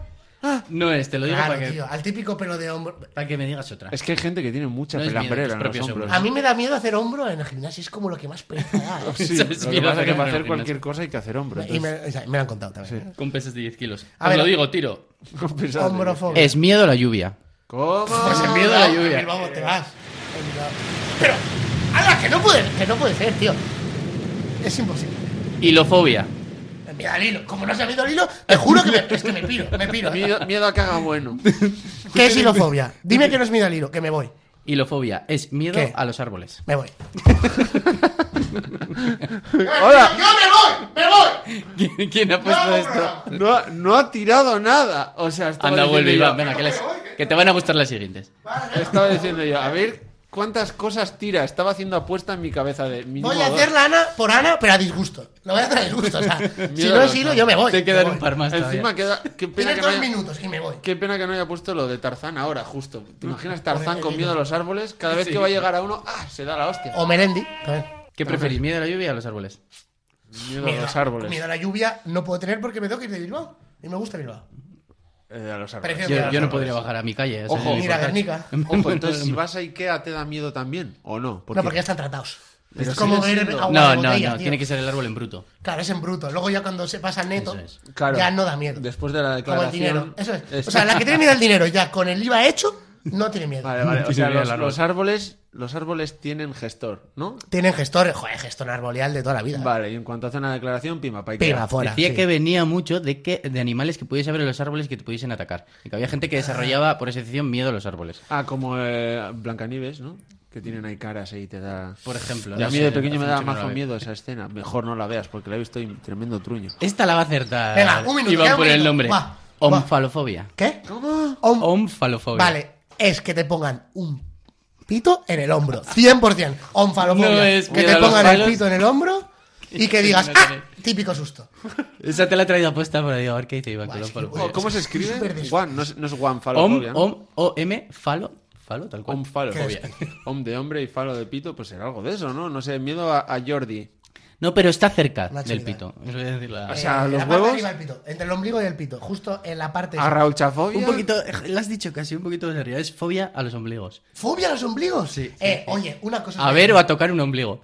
Speaker 6: No es, te lo digo
Speaker 5: Claro,
Speaker 6: para, que,
Speaker 5: tío, al típico pelo de hombro.
Speaker 6: para que me digas otra.
Speaker 4: Es que hay gente que tiene mucha
Speaker 6: No es miedo, tus
Speaker 4: pelambrera en los
Speaker 6: propios
Speaker 4: hombros.
Speaker 5: A mí me da miedo hacer hombro en el gimnasio, es como lo que más pereza da, ¿eh?
Speaker 6: <laughs>
Speaker 4: Sí,
Speaker 6: Eso
Speaker 4: lo
Speaker 6: es
Speaker 4: que
Speaker 6: miedo
Speaker 4: pasa es que
Speaker 6: hacer
Speaker 4: para hacer
Speaker 6: hombro,
Speaker 4: cualquier cosa hay que hacer hombro.
Speaker 5: Y me, o sea, me lo han contado también. ¿eh?
Speaker 6: Con pesas de 10 kilos.
Speaker 5: A
Speaker 6: Os
Speaker 5: ver,
Speaker 6: lo digo, tiro.
Speaker 4: Compensate.
Speaker 5: Hombrofobia.
Speaker 6: Es miedo a la lluvia.
Speaker 4: ¿Cómo?
Speaker 6: Pues el miedo a la lluvia.
Speaker 5: Vamos, te vas. Pero, ala, que no puede, que no puede ser, tío. Es imposible.
Speaker 6: Hilofobia.
Speaker 5: Mira al hilo. Como no se ha metido el hilo, te juro que me, es que me piro, me piro.
Speaker 4: <laughs> Miedo, miedo a que haga bueno.
Speaker 5: ¿Qué es hilofobia? Dime que no es miedo al hilo, que me voy.
Speaker 6: Hilofobia es miedo
Speaker 5: ¿Qué?
Speaker 6: a los <laughs> árboles.
Speaker 5: Me voy.
Speaker 4: ¡Hola!
Speaker 5: ¡Yo me voy! ¡Me voy!
Speaker 6: ¿Quién, quién ha puesto
Speaker 5: Vamos,
Speaker 6: esto?
Speaker 4: No, ha- no ha tirado nada. O sea, estaba
Speaker 6: Anda,
Speaker 4: diciendo
Speaker 6: vuelve,
Speaker 4: yo-
Speaker 6: Iván. Venga, que, las- que te van a gustar las siguientes.
Speaker 4: Estaba diciendo yo, a ver cuántas cosas tira. Estaba haciendo apuesta en mi cabeza de. mínimo
Speaker 5: Voy a
Speaker 4: dos.
Speaker 5: hacerla Ana por Ana, pero a disgusto. Lo voy a hacer a disgusto. O sea, si no es hilo, yo me voy.
Speaker 6: Te quedan
Speaker 5: Me
Speaker 6: un
Speaker 5: voy.
Speaker 6: par más todavía.
Speaker 4: Encima queda. Qué pena,
Speaker 5: Tienes
Speaker 4: que no
Speaker 5: dos
Speaker 4: haya,
Speaker 5: minutos y me voy.
Speaker 4: qué pena que no haya puesto lo de Tarzán ahora, justo. ¿Te imaginas
Speaker 5: Joder,
Speaker 4: Tarzán
Speaker 5: qué
Speaker 4: con miedo a los árboles? Cada vez que va a llegar a uno, ¡ah! Se da la hostia.
Speaker 5: O Merendi. a ver.
Speaker 6: ¿Qué preferís, miedo a la lluvia o a los árboles?
Speaker 4: Miedo a los árboles.
Speaker 5: Miedo a la lluvia no puedo tener porque me tengo que ir de Bilbao. Y me gusta Bilbao.
Speaker 4: Eh, a los árboles.
Speaker 5: Prefiero
Speaker 6: Yo,
Speaker 5: miedo a
Speaker 6: yo no
Speaker 5: los
Speaker 6: podría
Speaker 5: árboles.
Speaker 6: bajar a mi calle. o sea,
Speaker 4: Ojo.
Speaker 6: es
Speaker 5: Mira,
Speaker 6: importante.
Speaker 5: Guernica.
Speaker 4: Ojo, <laughs> entonces si vas a Ikea te da miedo también, ¿o no?
Speaker 5: No, porque ya están tratados.
Speaker 4: Pero
Speaker 5: es como
Speaker 4: sigue
Speaker 5: ver
Speaker 4: siendo-
Speaker 5: agua de
Speaker 6: <laughs> No, no,
Speaker 5: botella,
Speaker 6: no.
Speaker 5: tío.
Speaker 6: Tiene que ser el árbol en bruto.
Speaker 5: Claro, es en bruto. Luego ya cuando se pasa neto,
Speaker 6: Eso es.
Speaker 4: Claro.
Speaker 5: ya no da miedo.
Speaker 4: Después de la
Speaker 5: Como el dinero.
Speaker 4: declaración.
Speaker 5: Eso es.
Speaker 4: es-
Speaker 5: O sea, la que tiene miedo al dinero ya con el IVA hecho, no tiene miedo.
Speaker 4: Vale,
Speaker 6: <laughs>
Speaker 4: vale. O
Speaker 6: Tiene
Speaker 4: sea,
Speaker 6: miedo
Speaker 4: los,
Speaker 6: al árbol.
Speaker 4: los árboles, los árboles tienen gestor, ¿no?
Speaker 5: Tienen gestor, joder, gestor arboreal de toda la vida.
Speaker 4: Vale, y en cuanto hacen la declaración, pima, pa' Ikea.
Speaker 5: Pima, fuera.
Speaker 6: Decía
Speaker 5: sí.
Speaker 6: que venía mucho de que de animales que pudiese haber en los árboles que te pudiesen atacar. Y que había gente que desarrollaba por esa decisión miedo a los árboles.
Speaker 4: Ah, como eh, Blancanieves, ¿no? Que tienen ahí caras ahí y te da.
Speaker 6: Por ejemplo.
Speaker 4: Y a
Speaker 6: Pues, no
Speaker 4: mí
Speaker 6: sé,
Speaker 4: de pequeño me
Speaker 6: hace
Speaker 4: daba
Speaker 6: mucho que no
Speaker 4: más
Speaker 6: la veo.
Speaker 4: miedo esa escena. Mejor no la veas porque la he visto y tremendo truño.
Speaker 6: Esta la va a acertar.
Speaker 5: Venga, un minuto,
Speaker 6: Iván
Speaker 5: queda un
Speaker 6: por el
Speaker 5: minuto.
Speaker 6: nombre.
Speaker 5: Va, va.
Speaker 6: Omfalofobia.
Speaker 5: ¿Qué? Om-
Speaker 6: Omfalofobia.
Speaker 5: Vale, es que te pongan un pito en el hombro. 100%. Onfalofobia.
Speaker 6: No es
Speaker 5: que
Speaker 6: miedo
Speaker 5: te
Speaker 6: a los
Speaker 5: pongan el
Speaker 6: palos.
Speaker 5: pito en el hombro
Speaker 6: <laughs>
Speaker 5: y que digas,
Speaker 6: No
Speaker 5: ¡ah!
Speaker 6: tenéis.
Speaker 5: Típico susto.
Speaker 6: Esa te la he traído puesta, pero digo, a ver qué dice Iván con
Speaker 5: Guau, es que
Speaker 6: omfalofobia.
Speaker 4: ¿Cómo se
Speaker 5: Súper
Speaker 4: escribe?
Speaker 5: des-
Speaker 4: Juan, no es, no es Juan
Speaker 6: Om,
Speaker 4: falofobia. ¿no?
Speaker 6: om, o, m, falo, falo, tal cual.
Speaker 4: Om falofobia. Om de hombre y falo de pito, pues será algo de eso, ¿no? No sé, miedo a, a Jordi.
Speaker 6: No, pero está cerca
Speaker 5: Nacho
Speaker 6: del
Speaker 5: Vidal.
Speaker 6: pito. Os voy a decir la-
Speaker 4: O sea,
Speaker 5: Eh,
Speaker 4: los
Speaker 5: la parte de
Speaker 4: huevos-
Speaker 5: arriba del pito, entre el ombligo y el pito, justo en la parte.
Speaker 4: A Raúl Chafobia.
Speaker 6: Un poquito, lo has dicho casi, un poquito de realidad. Es fobia a los ombligos.
Speaker 5: ¿Fobia a los ombligos?
Speaker 6: Sí, sí,
Speaker 5: Eh, oye, una cosa. os
Speaker 6: A
Speaker 5: voy
Speaker 6: ver o a tocar un ombligo.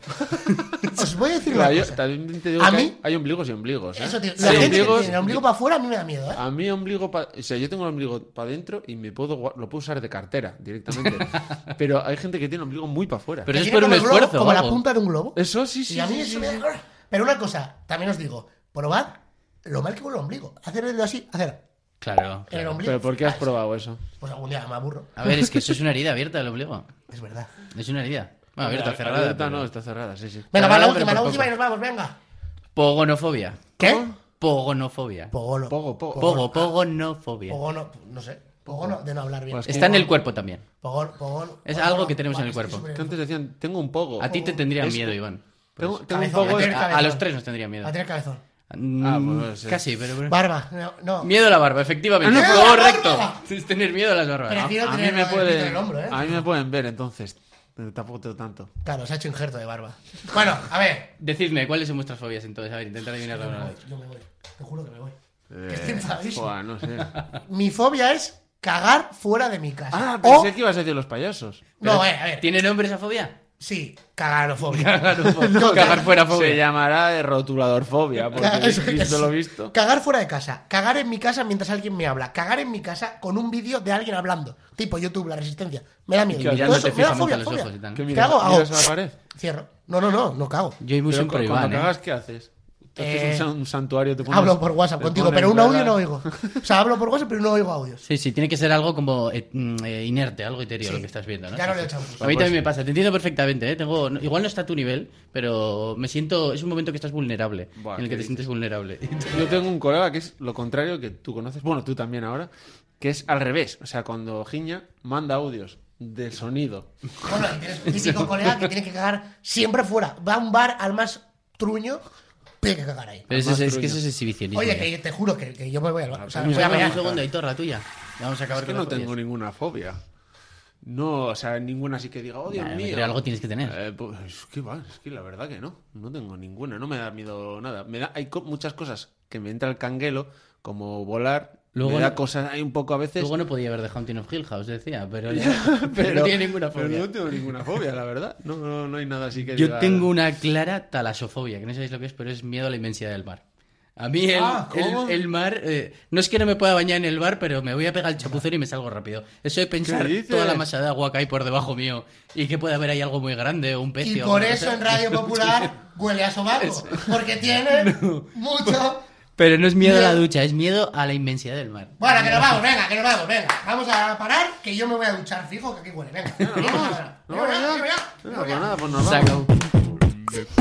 Speaker 5: Os voy a decir una
Speaker 4: Claro, yo
Speaker 5: cosa.
Speaker 4: también te digo
Speaker 5: ¿A
Speaker 4: que
Speaker 5: mí?
Speaker 4: hay, hay ombligos y ombligos. ¿eh?
Speaker 5: Eso, tío.
Speaker 4: Sí,
Speaker 5: La gente que
Speaker 4: ombligos-
Speaker 5: tiene el ombligo para afuera a mí me da miedo, ¿eh?
Speaker 6: Ah,
Speaker 4: A mí ombligo, pa- o sea, yo tengo el ombligo para adentro y me puedo gua- lo puedo usar de cartera directamente.
Speaker 6: <laughs>
Speaker 4: Pero hay gente que tiene el ombligo muy para afuera.
Speaker 6: Pero
Speaker 5: Que
Speaker 6: eso es
Speaker 5: tiene
Speaker 6: por un
Speaker 5: como el globo,
Speaker 6: esfuerzo.
Speaker 5: Como
Speaker 6: o
Speaker 5: la
Speaker 6: algo.
Speaker 5: punta de un globo.
Speaker 4: Eso sí, sí.
Speaker 5: Y a
Speaker 4: sí,
Speaker 5: mí eso
Speaker 4: sí,
Speaker 5: me
Speaker 4: sí.
Speaker 5: da- Pero una cosa, también os digo, probad lo mal que huele el ombligo. Hacer el dedo así, hacer
Speaker 6: Claro.
Speaker 5: en el
Speaker 6: claro.
Speaker 5: ombligo.
Speaker 4: Pero ¿por qué has
Speaker 5: Ah,
Speaker 4: probado eso?
Speaker 5: Pues algún día me aburro.
Speaker 6: A ver, es que eso es una herida abierta del ombligo.
Speaker 5: Es verdad.
Speaker 6: Es una herida. Bueno, abierta,
Speaker 4: Abierta,
Speaker 6: cerrada.
Speaker 4: abierta,
Speaker 6: pero-
Speaker 4: no, está cerrada, sí, sí.
Speaker 5: Venga,
Speaker 6: Pero
Speaker 5: va la
Speaker 6: ahora
Speaker 5: última,
Speaker 6: abre
Speaker 5: la
Speaker 6: por
Speaker 5: última y
Speaker 6: poco.
Speaker 5: nos vamos, venga.
Speaker 6: Pogonofobia.
Speaker 5: ¿Qué?
Speaker 6: Pogonofobia.
Speaker 5: Pogono.
Speaker 4: Pogo, pogo.
Speaker 6: Pogo, pogonofobia.
Speaker 5: Pogono, no sé. Pogono de no hablar bien.
Speaker 4: Pues-
Speaker 6: Está en el cuerpo también.
Speaker 5: Pogono, pogono.
Speaker 6: Es
Speaker 5: pogono.
Speaker 6: algo que tenemos
Speaker 5: Buah,
Speaker 6: en el
Speaker 5: es que
Speaker 6: cuerpo.
Speaker 5: súper-
Speaker 4: Que antes decían, tengo un pogo.
Speaker 6: A ti te tendría
Speaker 4: Es-
Speaker 6: miedo, Iván.
Speaker 4: Tengo, tengo un
Speaker 5: Cabezón,
Speaker 4: pogo.
Speaker 5: tener
Speaker 6: A- A,
Speaker 5: cabezón.
Speaker 6: los tres nos tendría miedo.
Speaker 5: A tener cabezón.
Speaker 6: Mm,
Speaker 4: Ah, pues, eh.
Speaker 6: Casi, pero... pero-
Speaker 5: Barba, no. no.
Speaker 6: Miedo a la barba, efectivamente.
Speaker 5: ¡Miedo a Ah, pues, la barba!
Speaker 6: Correcto. Es tener miedo a las barbas.
Speaker 5: Pero- Prefiero
Speaker 4: a, a mí
Speaker 5: tener
Speaker 4: me
Speaker 5: el pito en
Speaker 4: pueden,
Speaker 5: el hombro, ¿eh?
Speaker 4: a mí me pueden ver, entonces. Pero Tampoco tengo tanto.
Speaker 5: Claro, se ha hecho injerto de barba. Bueno, a ver.
Speaker 6: Decidme, ¿cuáles son vuestras fobias entonces? A ver, intentar adivinarla
Speaker 5: Yo
Speaker 6: una
Speaker 5: me
Speaker 6: vez.
Speaker 5: voy, yo me voy. Te juro que me voy.
Speaker 4: Eh,
Speaker 5: Que estoy enfadadísimo.
Speaker 4: Buah,
Speaker 5: <laughs>
Speaker 4: no sé.
Speaker 5: Mi fobia es cagar fuera de mi casa.
Speaker 4: Ah,
Speaker 5: o,
Speaker 4: pensé que ibas a decir los payasos.
Speaker 5: no, eh, a ver.
Speaker 6: ¿Tiene nombre esa fobia?
Speaker 5: Sí, cagarofobia.
Speaker 6: <laughs>
Speaker 4: <laughs>
Speaker 6: No, cagar fuera
Speaker 4: Se
Speaker 6: fobia.
Speaker 4: llamará
Speaker 5: <laughs>
Speaker 4: eh, rotuladorfobia, porque
Speaker 5: Eso,
Speaker 4: visto
Speaker 5: eso.
Speaker 4: lo visto.
Speaker 5: Cagar fuera de casa. Cagar en mi casa mientras alguien me habla. Cagar en mi casa con un vídeo de alguien hablando. Tipo YouTube, la resistencia. Me da miedo.
Speaker 6: Y
Speaker 5: Todo
Speaker 6: mirándote
Speaker 5: eso, me da
Speaker 6: fijamente a
Speaker 5: fobia,
Speaker 6: los
Speaker 5: fobia.
Speaker 6: ojos y tal.
Speaker 4: ¿Qué
Speaker 5: ¿Qué
Speaker 4: miras?
Speaker 5: hago? Hago,
Speaker 4: ¿Miras a la pared?
Speaker 5: Cierro. No, no, no, no cago.
Speaker 6: Yo y muy
Speaker 4: Pero cu-
Speaker 6: siempre
Speaker 4: cuando
Speaker 6: Iván, ¿eh?
Speaker 4: cagas, ¿qué haces? Tú haces un
Speaker 5: Eh,
Speaker 4: san- un santuario, te pones-
Speaker 5: Hablo por WhatsApp
Speaker 4: te
Speaker 5: contigo,
Speaker 4: pones
Speaker 5: pero un audio
Speaker 4: velas.
Speaker 5: no oigo. O sea, hablo por WhatsApp, pero no oigo
Speaker 6: <laughs>
Speaker 5: audios.
Speaker 6: Sí, sí, tiene que ser algo como eh, mm, eh, inerte, algo etéreo
Speaker 5: Sí.
Speaker 6: lo que estás viendo, ¿no?
Speaker 5: Ya no
Speaker 6: Sí,
Speaker 5: leo
Speaker 6: sí.
Speaker 5: champús.
Speaker 6: A mí también me
Speaker 4: Pues
Speaker 6: pasa, te entiendo perfectamente, ¿eh? Tengo, no- igual no está a tu nivel, pero me siento, es un momento que estás vulnerable,
Speaker 4: Buah,
Speaker 6: en el que
Speaker 4: ¿qué
Speaker 6: te
Speaker 4: dices?
Speaker 6: sientes vulnerable.
Speaker 4: <laughs> Yo tengo un colega que es lo contrario que tú conoces, bueno, tú también ahora, que es al revés. O sea, cuando Giña manda audios de sonido.
Speaker 5: Bueno, y tienes un típico colega que tiene que cagar siempre fuera. Va a un bar al más truño, tiene que cagar ahí.
Speaker 6: <laughs> Pero eso
Speaker 4: Más
Speaker 6: es, es que
Speaker 4: truño.
Speaker 6: eso es exhibicionismo.
Speaker 5: Oye,
Speaker 6: ya.
Speaker 5: que te juro que, que yo me voy al bar. O sea,
Speaker 4: pues
Speaker 5: voy a
Speaker 4: mira,
Speaker 6: Dame
Speaker 5: mear.
Speaker 6: un segundo, Aitor, la tuya. Ya Vamos a acabar
Speaker 4: Es que
Speaker 6: con
Speaker 4: no
Speaker 6: las fobias.
Speaker 4: tengo ninguna fobia. No, o sea, ninguna así que diga, oh Dios
Speaker 6: Nah,
Speaker 4: mío.
Speaker 6: pero algo tienes que tener.
Speaker 4: Eh, pues, es que va, es que la verdad que no. No tengo ninguna, no me da miedo nada. Me da, hay co- muchas cosas que me entra el canguelo, como volar.
Speaker 6: Luego
Speaker 4: me da
Speaker 6: no-
Speaker 4: cosas, hay un poco a veces.
Speaker 6: Luego no podía haber The Haunting of Hill House, decía, pero, pero no tiene ninguna
Speaker 4: pero
Speaker 6: fobia.
Speaker 4: no tengo ninguna fobia, la verdad. No, no, no hay nada así que
Speaker 6: Yo
Speaker 4: diga-
Speaker 6: tengo una clara talasofobia, que no sabéis lo que es, pero es miedo a la inmensidad del mar. A mí el,
Speaker 5: Ah, ¿cómo?
Speaker 6: el- el mar, eh, no es que no me pueda bañar en el mar, pero me voy a pegar el chapucero y me salgo rápido. Eso de pensar
Speaker 4: ¿Qué dices?
Speaker 6: toda la masa de agua que hay por debajo mío y que puede haber ahí algo muy grande o un pez.
Speaker 5: Y por eso en Radio
Speaker 4: <laughs>
Speaker 5: Popular huele a sobaco. Porque tiene mucho.
Speaker 6: Pero no es miedo a la
Speaker 5: Miedo.
Speaker 6: ducha, es miedo a la inmensidad del mar.
Speaker 5: Bueno, que nos vamos, venga, que nos vamos, venga. Vamos a parar, que yo me voy a duchar fijo, que aquí huele, venga. Venga, venga,
Speaker 4: No,
Speaker 5: venga,
Speaker 4: ya.
Speaker 5: venga,
Speaker 4: No,
Speaker 5: venga,
Speaker 4: pues
Speaker 5: venga.
Speaker 4: nada, pues nos vamos.
Speaker 6: Saco.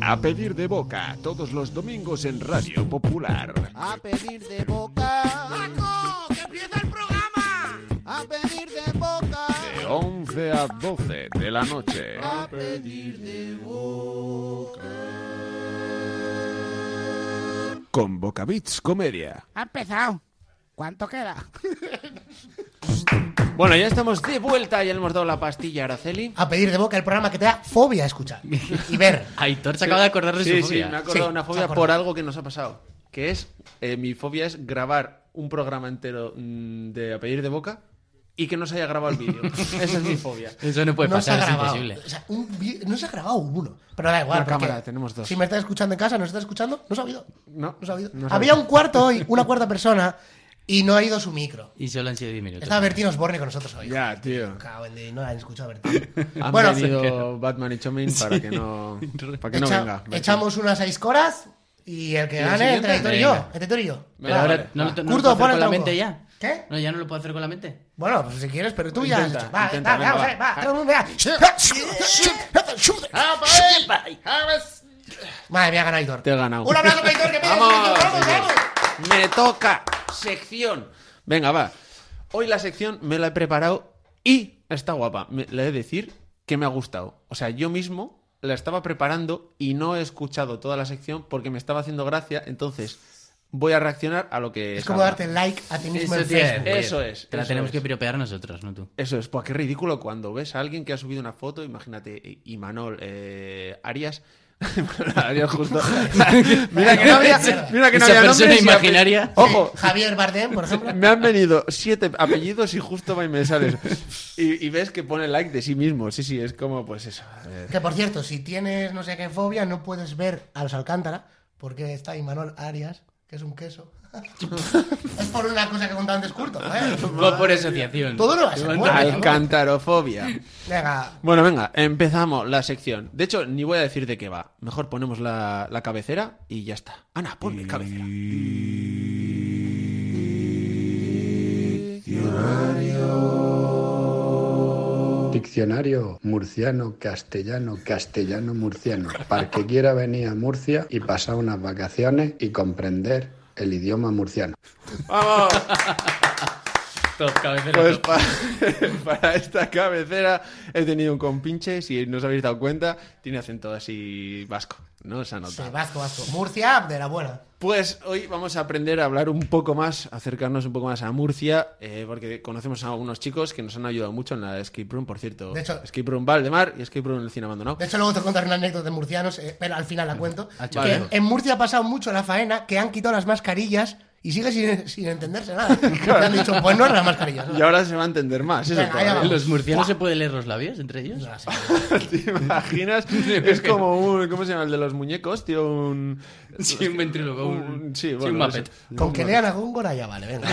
Speaker 1: A pedir de boca todos los domingos en Radio Popular.
Speaker 2: A pedir de boca.
Speaker 3: ¡Paco! ¡Que empieza el programa!
Speaker 2: A pedir de boca.
Speaker 1: De 11 a 12 de la noche.
Speaker 2: A pedir de boca.
Speaker 1: Con Bocavits Comedia.
Speaker 3: Ha empezado. ¿Cuánto queda?
Speaker 4: Bueno, ya estamos de vuelta, ya le hemos dado la pastilla a
Speaker 6: Ah,
Speaker 4: Araceli.
Speaker 5: A pedir de boca el programa que te da fobia escuchar y
Speaker 4: <laughs>
Speaker 5: ver.
Speaker 6: Aitor se acaba de acordar de
Speaker 4: sí,
Speaker 6: su
Speaker 4: sí,
Speaker 6: fobia.
Speaker 4: me ha acordado
Speaker 5: Sí,
Speaker 4: una
Speaker 5: se
Speaker 4: fobia
Speaker 5: acuerda.
Speaker 4: por algo que nos ha pasado. Que es, eh, mi fobia es grabar un programa entero mm, de A Pedir de Boca y que no se haya grabado
Speaker 6: <laughs>
Speaker 4: el vídeo. Esa es mi fobia.
Speaker 6: Eso no puede
Speaker 5: no
Speaker 6: pasar,
Speaker 5: se ha
Speaker 6: es
Speaker 5: grabado.
Speaker 6: imposible.
Speaker 5: O sea, un vi- no se ha grabado uno. Pero da igual.
Speaker 4: Una
Speaker 5: porque
Speaker 4: cámara, tenemos dos.
Speaker 5: Si me estás escuchando en casa, no estás escuchando, no se ha oído.
Speaker 4: No,
Speaker 5: No se ha oído.
Speaker 4: no se ha
Speaker 5: Había
Speaker 4: oído.
Speaker 5: un cuarto hoy, una cuarta persona, y no ha ido su micro.
Speaker 6: Y solo han sido 10 minutos.
Speaker 5: Estaba Bertín Osborne con nosotros hoy.
Speaker 4: Ya, tío.
Speaker 5: Cago en Dios, no han escuchado a Bertín.
Speaker 4: <laughs> Han
Speaker 5: bueno,
Speaker 4: venido Batman y Chomin para que
Speaker 6: <laughs>
Speaker 4: no, para que no
Speaker 5: echa-
Speaker 4: venga.
Speaker 5: echamos unas seis coras y el que
Speaker 4: el
Speaker 5: gane entre
Speaker 4: siguiente?
Speaker 5: Aitor y yo.
Speaker 6: Venga.
Speaker 5: Entre Aitor y yo.
Speaker 6: Pero
Speaker 4: Venga,
Speaker 6: ahora
Speaker 4: vale,
Speaker 6: no,
Speaker 4: va.
Speaker 6: lo- no
Speaker 5: Curto,
Speaker 6: lo puedo hacer
Speaker 5: pone
Speaker 6: con la
Speaker 5: tronco.
Speaker 6: mente ya.
Speaker 5: ¿Qué?
Speaker 6: No, ya no lo puedo hacer con la mente.
Speaker 5: Bueno, pues si quieres, pero tú ya has
Speaker 4: Intenta,
Speaker 5: hecho. Va,
Speaker 4: intenta,
Speaker 5: dale,
Speaker 4: venga,
Speaker 5: vamos,
Speaker 4: va.
Speaker 5: va, todo el mundo ya.
Speaker 4: Ah,
Speaker 6: <laughs>
Speaker 4: pues.
Speaker 5: Madre mía, gana Aitor.
Speaker 4: Te he ganado.
Speaker 5: Un aplauso para Aitor, que pide
Speaker 4: ¡Vamos!
Speaker 5: silencio, vamos, vamos.
Speaker 4: Me toca. Sección. Venga, va. Hoy la sección me la he preparado y está guapa. Me- le he de decir que me ha gustado. O sea, yo mismo la estaba preparando y no he escuchado toda la sección porque me estaba haciendo gracia. Ences voy a reaccionar a lo que.
Speaker 5: Es como
Speaker 4: salga.
Speaker 5: darte like a ti mismo
Speaker 6: Eso
Speaker 5: en
Speaker 6: te iba a
Speaker 5: Facebook.
Speaker 6: decir.
Speaker 4: Eso es,
Speaker 6: Te la
Speaker 4: eso
Speaker 6: tenemos
Speaker 4: es.
Speaker 6: que piropear nosotros, no tú.
Speaker 4: Eso es, pues qué ridículo cuando ves a alguien que ha subido una foto, imagínate, Imanol, eh, Arias. <laughs>
Speaker 6: <laughs>
Speaker 4: Arias justo. mira que no había, mira que no
Speaker 6: Esa
Speaker 4: había
Speaker 6: persona
Speaker 4: nombres y ape-
Speaker 6: imaginaria.
Speaker 4: Ojo,
Speaker 5: Javier Bardem, por
Speaker 4: <laughs>
Speaker 5: ejemplo.
Speaker 4: me han venido siete apellidos y justo va y me sales. Y, y ves que pone like de sí mismo. Sí, sí, es como, pues eso. eh,
Speaker 5: Que por cierto, si tienes no sé qué fobia, no puedes ver a los Alcántara, porque está Imanol Arias, que es un queso. <laughs> es por una cosa que contaba antes Curto, ¿eh?
Speaker 6: Fue por asociación.
Speaker 5: Todo lo vas a bueno,
Speaker 4: Alcantarofobia.
Speaker 5: Venga,
Speaker 4: Bueno, venga, empezamos la sección. De hecho, ni voy a decir de qué va. Mejor ponemos la, la cabecera y ya está. Ana, ponme cabecera.
Speaker 7: Diccionario murciano, castellano, castellano, murciano. Para el que quiera venir a Murcia y pasar unas vacaciones y comprender el idioma murciano.
Speaker 4: ¡Vamos!
Speaker 6: Top, cabecera, top.
Speaker 4: Pues pa- <laughs> para esta cabecera he tenido un compinche, si no os habéis dado cuenta, tiene acento así vasco, ¿no? Se ha
Speaker 5: sí,
Speaker 4: notado.
Speaker 5: vasco, vasco. Murcia, de la buena.
Speaker 4: Pues hoy vamos a aprender a hablar un poco más, acercarnos un poco más a Murcia, eh, porque conocemos a algunos chicos que nos han ayudado mucho en la Escape Room, por cierto.
Speaker 5: De hecho-
Speaker 4: Escape Room Valdemar y Escape Room El Cine Abandonado.
Speaker 5: De hecho, luego te contaré una anécdota de murcianos, eh, pero al final la cuento.
Speaker 6: Ah,
Speaker 5: Que
Speaker 6: vale.
Speaker 5: en Murcia ha pasado mucho la faena que han quitado las mascarillas y sigue sin, sin entenderse
Speaker 6: <laughs>
Speaker 5: nada. Le han dicho, pues no eran las mascarillas. ¿no?
Speaker 4: Y ahora se va a entender más. Eso
Speaker 5: Venga,
Speaker 4: todavía.
Speaker 5: allá vamos.
Speaker 6: ¿Los murcianos se puede leer los labios entre ellos?
Speaker 5: No, sí.
Speaker 4: ¿Te <laughs> imaginas? es como un. ¿Cómo se llama? El de los muñecos, tío. Un.
Speaker 6: <laughs> Sí, un ventríloco, un-
Speaker 4: sí,
Speaker 6: sí, un
Speaker 4: bueno,
Speaker 6: Muppet.
Speaker 4: eso.
Speaker 5: Con que lean a Góngora ya
Speaker 4: <laughs>
Speaker 5: vale, venga.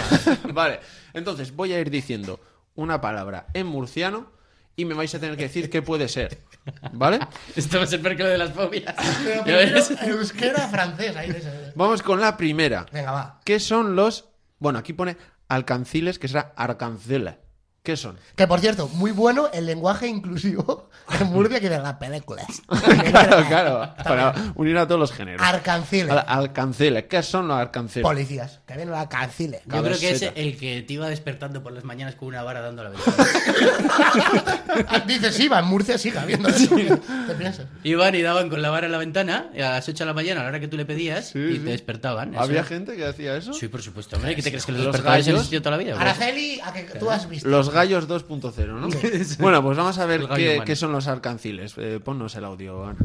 Speaker 4: vale, entonces voy a ir diciendo una palabra en murciano y me vais a tener que decir qué puede ser. ¿Vale?
Speaker 6: Esto va a ser peor que lo de las
Speaker 4: <laughs>
Speaker 6: fobias.
Speaker 5: Pero
Speaker 6: ¿Ya
Speaker 5: primero,
Speaker 6: ves?
Speaker 5: euskera, francés, ahí de eso.
Speaker 4: Vamos con la primera.
Speaker 5: Venga, va.
Speaker 4: ¿Qué son los. Bueno, aquí pone alcanciles, que será arcancela. ¿Qué son?
Speaker 6: <laughs>
Speaker 5: Que por cierto, muy bueno el lenguaje
Speaker 4: <laughs>
Speaker 5: inclusivo en Murcia que de las películas.
Speaker 4: claro, claro. Para unir a todos los géneros.
Speaker 5: Arcanciles.
Speaker 4: Al- alcanceles. ¿Qué son los alcanceles?
Speaker 5: Policías. Que vienen los <laughs> arcanciles.
Speaker 6: Yo creo que es
Speaker 4: Cabecera.
Speaker 6: el que te iba despertando por las mañanas con una vara dando la ventana. <laughs>
Speaker 5: Dices, sí, va, en Murcia sigue habiendo eso. ¿Te piensas?
Speaker 6: Iban y daban con la vara en la ventana y a las 8 de la mañana, a la hora que tú le pedías, y
Speaker 4: sí.
Speaker 6: te despertaban. Eso.
Speaker 4: ¿Había gente que hacía eso?
Speaker 6: Sí, por supuesto, hombre. ¿Qué te crees que los
Speaker 4: Los
Speaker 6: despertadores han
Speaker 4: gallos-
Speaker 6: existido toda la vida? pues?
Speaker 5: Araceli, a que tú has visto.
Speaker 4: Los gallos 2.0,
Speaker 6: <laughs>
Speaker 4: ¿no? Bueno, pues vamos a ver
Speaker 6: El gallo
Speaker 4: qué,
Speaker 6: humano.
Speaker 4: qué son los alcanciles. Eh, ponnos el audio, Ana.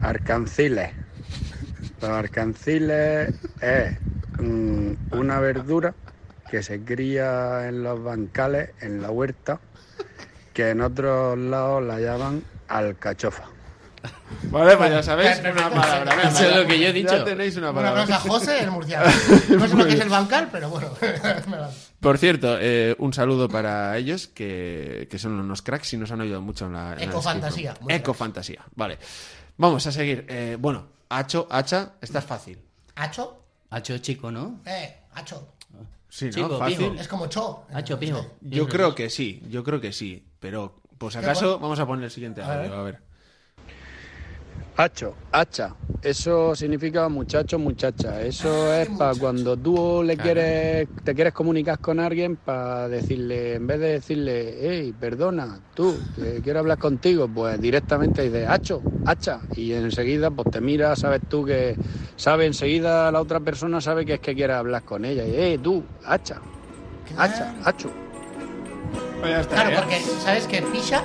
Speaker 7: Arcanciles. Los arcanciles es mm, una verdura que se cría en los bancales, en la huerta, que en otros lados la llaman alcachofa.
Speaker 4: Vale, pues ya sabéis,
Speaker 5: Perfecto.
Speaker 4: una <laughs> palabra. venga,
Speaker 6: Eso es
Speaker 4: ya-
Speaker 6: lo que yo he
Speaker 4: Ya
Speaker 6: dicho.
Speaker 4: tenéis una
Speaker 5: Una
Speaker 4: palabra. Pues.
Speaker 5: aplauso a José en
Speaker 4: <laughs>
Speaker 5: Murcia. No sé lo que es el bancal, pero bueno. <laughs> Me la-
Speaker 4: Por cierto, eh, un saludo para ellos, que, que son unos cracks y nos han ayudado mucho en la... en la
Speaker 5: Ecofantasía,
Speaker 4: descripción.
Speaker 5: muy cracks.
Speaker 4: Ecofantasía, vale. Vamos a seguir. Eh, bueno, hacho, hacha, esta es fácil.
Speaker 5: ¿Acho?
Speaker 6: Hacho chico, ¿no?
Speaker 5: Eh, acho.
Speaker 4: Sí, ¿no?
Speaker 6: Chico,
Speaker 4: fácil.
Speaker 6: pijo.
Speaker 5: Es como cho.
Speaker 6: Hacho pijo.
Speaker 4: Yo creo que sí, yo creo que sí. Pero, por si
Speaker 5: Qué
Speaker 4: acaso, vamos a poner el siguiente
Speaker 5: A ver.
Speaker 4: audio, a ver.
Speaker 7: Hacho, hacha. Eso significa muchacho, muchacha. Eso es para cuando tú le quieres, te quieres comunicar con alguien para decirle, en vez de decirle, hey, perdona, tú, que quiero hablar contigo, pues directamente dices, hacho, hacha. Y enseguida, pues te mira, sabes tú que, sabe enseguida la otra persona, sabe que es que quieres hablar con ella. Y, hey, tú, hacha, hacha, hacho.
Speaker 4: Pues ya está,
Speaker 5: Claro,
Speaker 4: ¿eh?
Speaker 5: porque sabes que picha